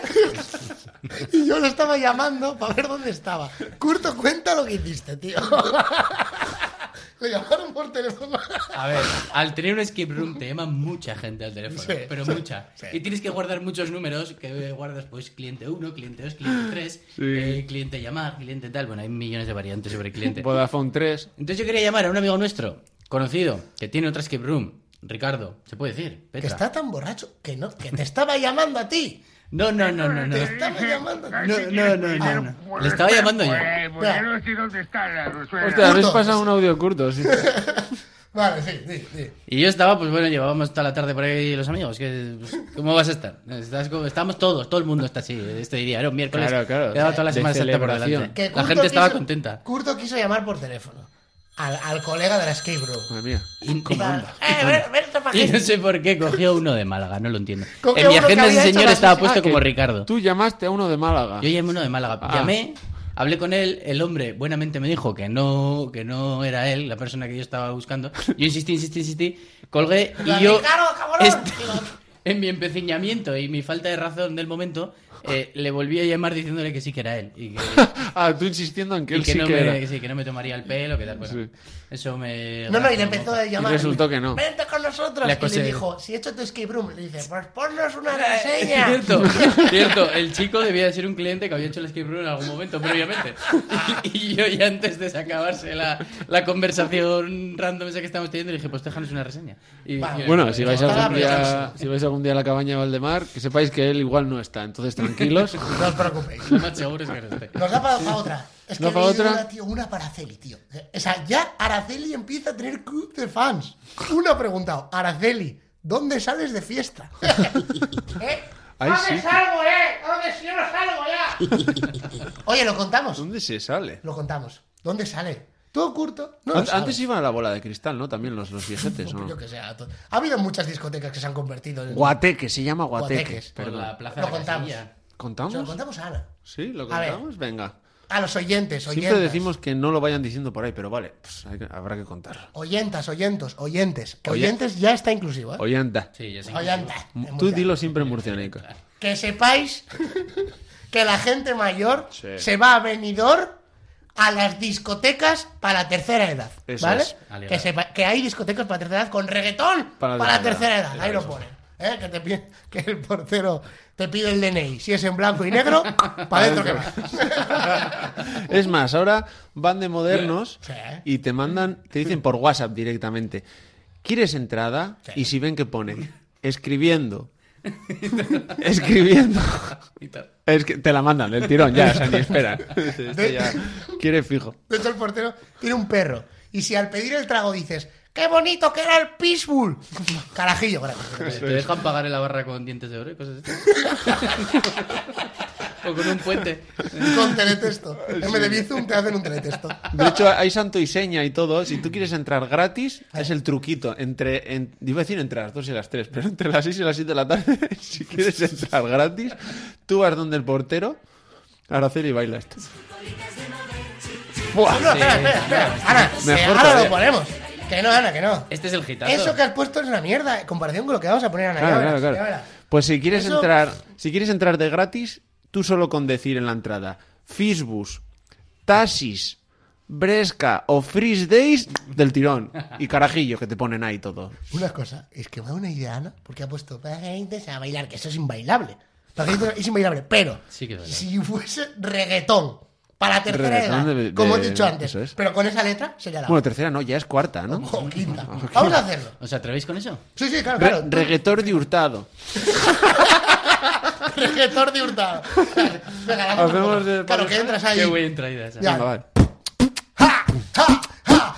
Speaker 5: <laughs> y yo lo estaba llamando para ver dónde estaba. Curto, cuenta lo que hiciste, tío. <laughs> Le llamaron por teléfono.
Speaker 6: A ver, al tener un escape room te llama mucha gente al teléfono,
Speaker 5: Sí,
Speaker 6: pero mucha. Y tienes que guardar muchos números que eh, guardas pues cliente 1, cliente 2, cliente 3, cliente llamar, cliente tal. Bueno, hay millones de variantes sobre cliente.
Speaker 4: Vodafone 3.
Speaker 6: Entonces yo quería llamar a un amigo nuestro, conocido, que tiene otra escape room, Ricardo, se puede decir,
Speaker 5: Que
Speaker 6: Petra.
Speaker 5: está tan borracho que, no, que te estaba llamando a ti.
Speaker 6: No, no, no, <laughs> no, no.
Speaker 5: Te estaba llamando a ti.
Speaker 6: No, no, no, no, no. Le estaba llamando yo.
Speaker 5: Espera.
Speaker 4: Hostia, habéis
Speaker 5: Curto.
Speaker 4: pasado un audio curto. sí.
Speaker 5: Vale, sí, sí, sí.
Speaker 6: Y yo estaba, pues bueno, llevábamos toda la tarde por ahí los amigos. Que, pues, ¿Cómo vas a estar? Estás como- estábamos todos, todo el mundo está así. Este día era un miércoles.
Speaker 4: Claro, claro.
Speaker 6: Quedaba toda la
Speaker 4: De
Speaker 6: semana santa por
Speaker 4: celebración.
Speaker 6: delante.
Speaker 5: Que
Speaker 6: la
Speaker 5: Curto
Speaker 6: gente estaba
Speaker 5: quiso-
Speaker 6: contenta.
Speaker 5: Curto quiso llamar por teléfono al, al colega de la escape room.
Speaker 4: Madre mía.
Speaker 6: Y,
Speaker 5: Eh, ven, ven esta
Speaker 6: <laughs> y no
Speaker 5: página.
Speaker 6: sé por qué cogió uno de Málaga, no lo entiendo.
Speaker 5: Cogió
Speaker 6: En mi
Speaker 5: uno que
Speaker 6: agenda
Speaker 5: había
Speaker 6: ese
Speaker 5: hecho
Speaker 6: señor
Speaker 5: las-
Speaker 6: estaba
Speaker 5: Ah,
Speaker 6: puesto
Speaker 4: que
Speaker 6: como Ricardo.
Speaker 4: Tú llamaste a uno de Málaga.
Speaker 6: Yo llamé uno de Málaga.
Speaker 4: Ah.
Speaker 6: Llamé, hablé con él, el hombre buenamente me dijo que no, que no era él, la persona que yo estaba buscando. Yo insistí, insistí, insistí, colgué y yo
Speaker 5: Ricardo, cabrón.
Speaker 6: este- en mi empeciñamiento y mi falta de razón del momento eh, le volví a llamar diciéndole que sí que era él y que,
Speaker 4: <laughs> Ah, tú insistiendo en que
Speaker 6: y
Speaker 4: él
Speaker 6: que
Speaker 4: sí
Speaker 6: no
Speaker 4: que
Speaker 6: me,
Speaker 4: era.
Speaker 6: que sí, que no me tomaría el pelo, que tal. Bueno,
Speaker 4: Sí.
Speaker 6: Eso me...
Speaker 5: No, no, y le empezó a llamar.
Speaker 4: resultó que no.
Speaker 5: Vente con nosotros.
Speaker 6: Le
Speaker 5: y
Speaker 6: acosé.
Speaker 5: le dijo, si he hecho tu escape room, le dice, pues ponnos una
Speaker 6: <laughs> Es
Speaker 5: reseña.
Speaker 6: Cierto,
Speaker 5: <laughs>
Speaker 6: cierto, el chico debía de ser un cliente que había hecho el escape room en algún momento previamente. Y, y yo ya antes de acabarse la, la conversación random esa que estábamos teniendo, le dije, pues déjanos una reseña. Y,
Speaker 5: Vale.
Speaker 6: y-
Speaker 4: Bueno, si vais,
Speaker 5: Ojalá,
Speaker 4: algún
Speaker 5: pero
Speaker 4: día,
Speaker 5: Jackson.
Speaker 4: si vais algún día a la cabaña de Valdemar, que sepáis que él igual no está,
Speaker 5: <laughs>
Speaker 4: entonces tranquilos.
Speaker 5: No os preocupéis.
Speaker 6: <laughs> Lo más seguro es que este". no esté.
Speaker 5: Nos da para, para otra. Es que
Speaker 4: ¿No
Speaker 5: he
Speaker 4: para
Speaker 5: leído
Speaker 4: otra?
Speaker 5: Una, tío, una para Araceli, tío. O sea, ya Araceli empieza a tener club de fans. Una ha preguntado, Araceli, ¿dónde sales de
Speaker 6: <laughs>
Speaker 5: fiesta?
Speaker 6: Eh,
Speaker 4: Ay, sí.
Speaker 5: <laughs> Oye, lo contamos.
Speaker 4: ¿Dónde se sale?
Speaker 5: Lo contamos. ¿Dónde sale? Todo curto. No lo
Speaker 4: An-
Speaker 5: sabes.
Speaker 4: Antes iba a la bola de cristal, ¿no? También
Speaker 5: <laughs>
Speaker 4: los, los viejetes, ¿o
Speaker 5: Yo
Speaker 4: ¿no?
Speaker 5: que sé, a to- Ha habido muchas discotecas que se han convertido en.
Speaker 4: Guateque, se llama Guateque.
Speaker 5: Guateques.
Speaker 6: Por
Speaker 4: Perdón.
Speaker 6: la plaza
Speaker 5: Lo
Speaker 6: de la
Speaker 5: contamos.
Speaker 6: Casilla.
Speaker 5: Se lo
Speaker 4: ¿Contamos?
Speaker 5: contamos a Ana.
Speaker 4: Sí, lo
Speaker 5: A ver.
Speaker 4: contamos. Venga.
Speaker 5: A los oyentes, oyentas.
Speaker 4: Siempre decimos que no lo vayan diciendo por ahí, pero vale, pues hay que- habrá que contarlo.
Speaker 5: ¿Eh? Oyentas, oyentos, oyentes. Que
Speaker 4: Oye-
Speaker 5: oyentes ya está inclusivo, ¿eh?
Speaker 4: Oyanta.
Speaker 6: Sí, ya sé.
Speaker 5: Oyanta.
Speaker 4: M-
Speaker 5: En
Speaker 4: Tú
Speaker 5: Murcia.
Speaker 4: dilo siempre
Speaker 5: <laughs>
Speaker 4: en murcianeco.
Speaker 5: Que sepáis <laughs> que la gente mayor se va a venidor a las discotecas para tercera edad.
Speaker 4: Eso
Speaker 5: ¿Vale?
Speaker 4: es.
Speaker 6: Al
Speaker 5: Que,
Speaker 6: igual.
Speaker 5: sepa- que hay discotecas para tercera edad con reggaetón para,
Speaker 4: Para
Speaker 5: tercera edad. Ahí lo ponen. ¿eh? que, te pide- que el portero te pide el DNI. Si es en blanco y negro, <laughs> para adentro que <laughs> vas.
Speaker 4: <laughs> Es más, ahora van de modernos
Speaker 5: Sí.
Speaker 4: y te mandan, te dicen por WhatsApp directamente, ¿quieres entrada?
Speaker 5: Sí.
Speaker 4: Y si ven que ponen, escribiendo, escribiendo,
Speaker 6: Y tal.
Speaker 4: es que te la mandan del tirón ya, o sea, ni
Speaker 5: <laughs>
Speaker 4: espera.
Speaker 5: De-
Speaker 4: Quiere fijo.
Speaker 5: De hecho, el portero tiene un perro. Y si al pedir el trago dices, ¡qué bonito que era el Pitbull! <laughs> Carajillo, gracias.
Speaker 6: ¿Te dejan pagar en la barra con dientes de oro y cosas así?
Speaker 5: <laughs>
Speaker 6: o con un puente.
Speaker 5: Con teletexto. En vez de Bizum, te hacen un teletexto.
Speaker 4: De hecho, hay santo y seña y todo. Si tú quieres entrar gratis, es el truquito. Entre, en- iba a decir entre las 2 y las 3, pero entre las 6 y las 7 de la tarde, <laughs> si quieres entrar gratis, tú vas donde el portero, Araceli baila esto.
Speaker 5: Buah, no, espera, espera, espera. Ana,
Speaker 4: Mejor
Speaker 5: que ahora
Speaker 4: todavía.
Speaker 5: lo ponemos. Que no, Ana, que no.
Speaker 6: Este es el gitano.
Speaker 5: Eso que has puesto es una mierda en comparación con lo que vamos a poner, Ana. Ya
Speaker 4: Claro,
Speaker 5: verás,
Speaker 4: claro, claro.
Speaker 5: ya verás.
Speaker 4: Pues si quieres
Speaker 5: Eso-
Speaker 4: entrar, si quieres entrar de gratis, tú solo con decir en la entrada Fisbus, Tasis, Bresca o Freeze Days del tirón y carajillo que te ponen ahí todo.
Speaker 5: Una cosa, es que me da una idea, Ana, porque ha puesto para que entres a bailar, que eso es imbailable. Para que entres es imbailable, pero
Speaker 6: Sí que es bailable.
Speaker 5: si fuese reggaetón para tercera edad,
Speaker 4: Reggaetón de- de-
Speaker 5: como he dicho antes,
Speaker 4: eso es.
Speaker 5: pero con esa letra sería la
Speaker 4: Bueno, tercera no, ya es cuarta, ¿no?
Speaker 5: O quinta. Vamos a hacerlo.
Speaker 6: ¿Os atrevéis con eso?
Speaker 5: Sí, sí, claro,
Speaker 4: Re-
Speaker 5: claro. <laughs>
Speaker 4: reggaetor de Hurtado.
Speaker 5: Reggaetor de
Speaker 4: <laughs>
Speaker 5: hurtado. Venga, la hacemos
Speaker 4: Hacemos
Speaker 5: con-
Speaker 4: de-
Speaker 5: Claro, que entras ahí.
Speaker 6: Qué buen traída esa.
Speaker 5: Ya.
Speaker 4: Venga, vale.
Speaker 5: ¡Ja! ¡Ja! ¡Ja!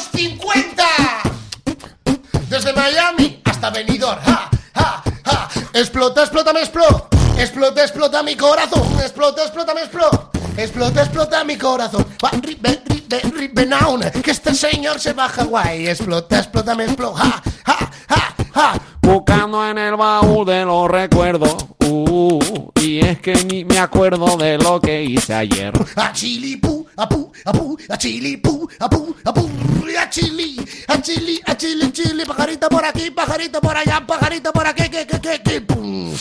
Speaker 5: ¡1950! Desde Miami hasta Benidorm. ¡Ja! ¡Ja! ¡Ja! ¡Explota, explota, me explota! ¡Explota, explota mi corazón! ¡Explota, explota, me explota! ¡Explota, explota mi corazón! Va, ri, ve, ri, ve, ri, ve, naun, ¡Que este señor se baja guay! ¡Explota, explota, me explota! ¡Ja! ¡Ja! ¡Ja! ¡Ja!
Speaker 8: Buscando en el baúl de los recuerdos. Uh, y es que ni me acuerdo de lo que hice ayer.
Speaker 5: A chili pu, a pu, a pu, a chili pu, a pu, a pu, a chili, a chili, a chili, chili, pajarito por aquí, pajarito por allá, pajarito por aquí, que, que, que, que, pum.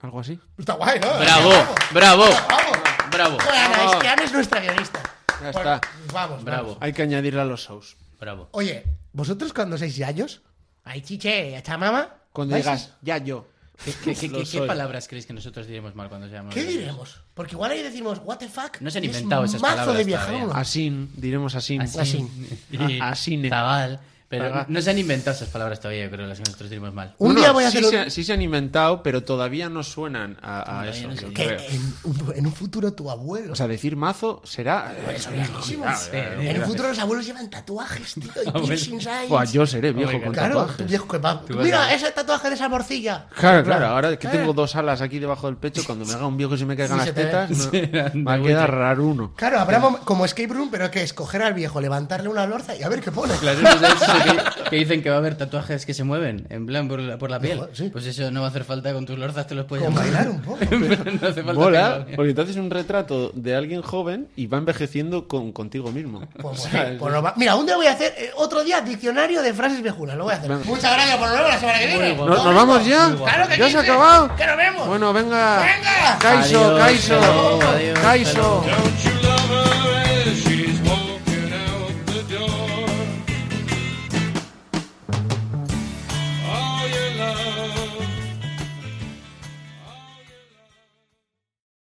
Speaker 4: Algo así.
Speaker 5: Está guay, ¿no?
Speaker 6: Bravo, bravo,
Speaker 5: Vamos.
Speaker 6: bravo,
Speaker 5: Ana, es que Ana es nuestra guionista.
Speaker 4: Ya
Speaker 5: Bueno,
Speaker 4: está.
Speaker 5: Vamos,
Speaker 6: bravo,
Speaker 4: Hay que añadirle a los shows.
Speaker 6: bravo.
Speaker 5: Oye, ¿vosotros cuando seis años? Ay, chiche, ¿a esta mamá?
Speaker 4: Cuando
Speaker 5: ¿Vais?
Speaker 4: digas, ya yo.
Speaker 6: ¿Qué, qué- qué-
Speaker 4: Lo
Speaker 6: qué- qué
Speaker 4: soy.
Speaker 6: palabras creéis que nosotros diremos mal cuando seamos?
Speaker 5: ¿Qué
Speaker 6: grandes?
Speaker 5: diremos? Porque igual ahí decimos, what the fuck.
Speaker 6: No se han
Speaker 5: y es
Speaker 6: inventado esas
Speaker 5: mazo
Speaker 6: palabras
Speaker 5: de viajar.
Speaker 6: todavía.
Speaker 4: Asín, diremos asín.
Speaker 5: Así.
Speaker 6: <laughs> Y
Speaker 4: A- asine.
Speaker 6: Tabal. Pero
Speaker 4: Taga.
Speaker 6: no se han inventado esas palabras todavía, yo creo, las que nosotros diremos mal.
Speaker 5: Un
Speaker 4: Bueno,
Speaker 5: día voy a
Speaker 4: sí
Speaker 5: hacer
Speaker 4: se,
Speaker 5: un-
Speaker 4: sí se han inventado, pero todavía no suenan a, a eso.
Speaker 6: no
Speaker 4: yo
Speaker 6: sé.
Speaker 5: que
Speaker 4: creo.
Speaker 5: en, en un futuro tu abuelo.
Speaker 4: O sea, decir mazo será.
Speaker 5: Pues, Ah, En el futuro los abuelos llevan tatuajes, tío, <laughs> y
Speaker 6: bueno.
Speaker 5: piercings ahí.
Speaker 4: eh, Buah, yo seré viejo
Speaker 6: Hombre,
Speaker 4: con
Speaker 5: Claro,
Speaker 4: tatuajes.
Speaker 5: un viejo que va-
Speaker 6: vas a
Speaker 5: Mira,
Speaker 6: ver.
Speaker 5: ese tatuaje de esa morcilla.
Speaker 4: Claro, claro, ahora que
Speaker 5: Claro.
Speaker 4: tengo dos alas aquí debajo del pecho, cuando me haga un viejo y se me caigan
Speaker 5: Eh. Sí, se te
Speaker 4: las
Speaker 5: ve. <laughs>
Speaker 4: tetas, no-
Speaker 6: Sí,
Speaker 4: va a
Speaker 6: de buitre.
Speaker 4: quedar raro uno.
Speaker 5: Claro, habrá mom- como escape room, pero que escoger al viejo, levantarle una lorza y a ver qué pone.
Speaker 6: Claro, no sé, eso que, que dicen que va a haber tatuajes que se mueven, en plan por la, por la piel.
Speaker 5: Joder, sí.
Speaker 6: Pues eso no va a hacer falta con tus lorzas, te los puedes
Speaker 5: Con
Speaker 6: llamar.
Speaker 5: bailar un poco. Pues,
Speaker 6: Pero <laughs> no hace falta
Speaker 4: Mola,
Speaker 6: que lo-
Speaker 4: porque te haces un retrato de alguien joven y va envejeciendo con, contigo mismo.
Speaker 5: <laughs> Pues,
Speaker 4: O sea,
Speaker 5: pues lo va- Mira, un día voy a hacer eh, otro día diccionario de frases viejunas. Lo voy a hacer. Muchas gracias por vernos la semana que viene.
Speaker 4: ¿No- ¿Nos vamos ya?
Speaker 5: Claro que
Speaker 4: ¿Ya
Speaker 5: sí,
Speaker 4: se ha
Speaker 5: sí.
Speaker 4: acabado?
Speaker 5: Que nos vemos.
Speaker 4: Bueno, venga.
Speaker 5: Venga.
Speaker 4: Caiso,
Speaker 6: Adiós,
Speaker 4: Caiso.
Speaker 6: hasta luego, adiós, hasta
Speaker 4: Caiso.
Speaker 6: luego.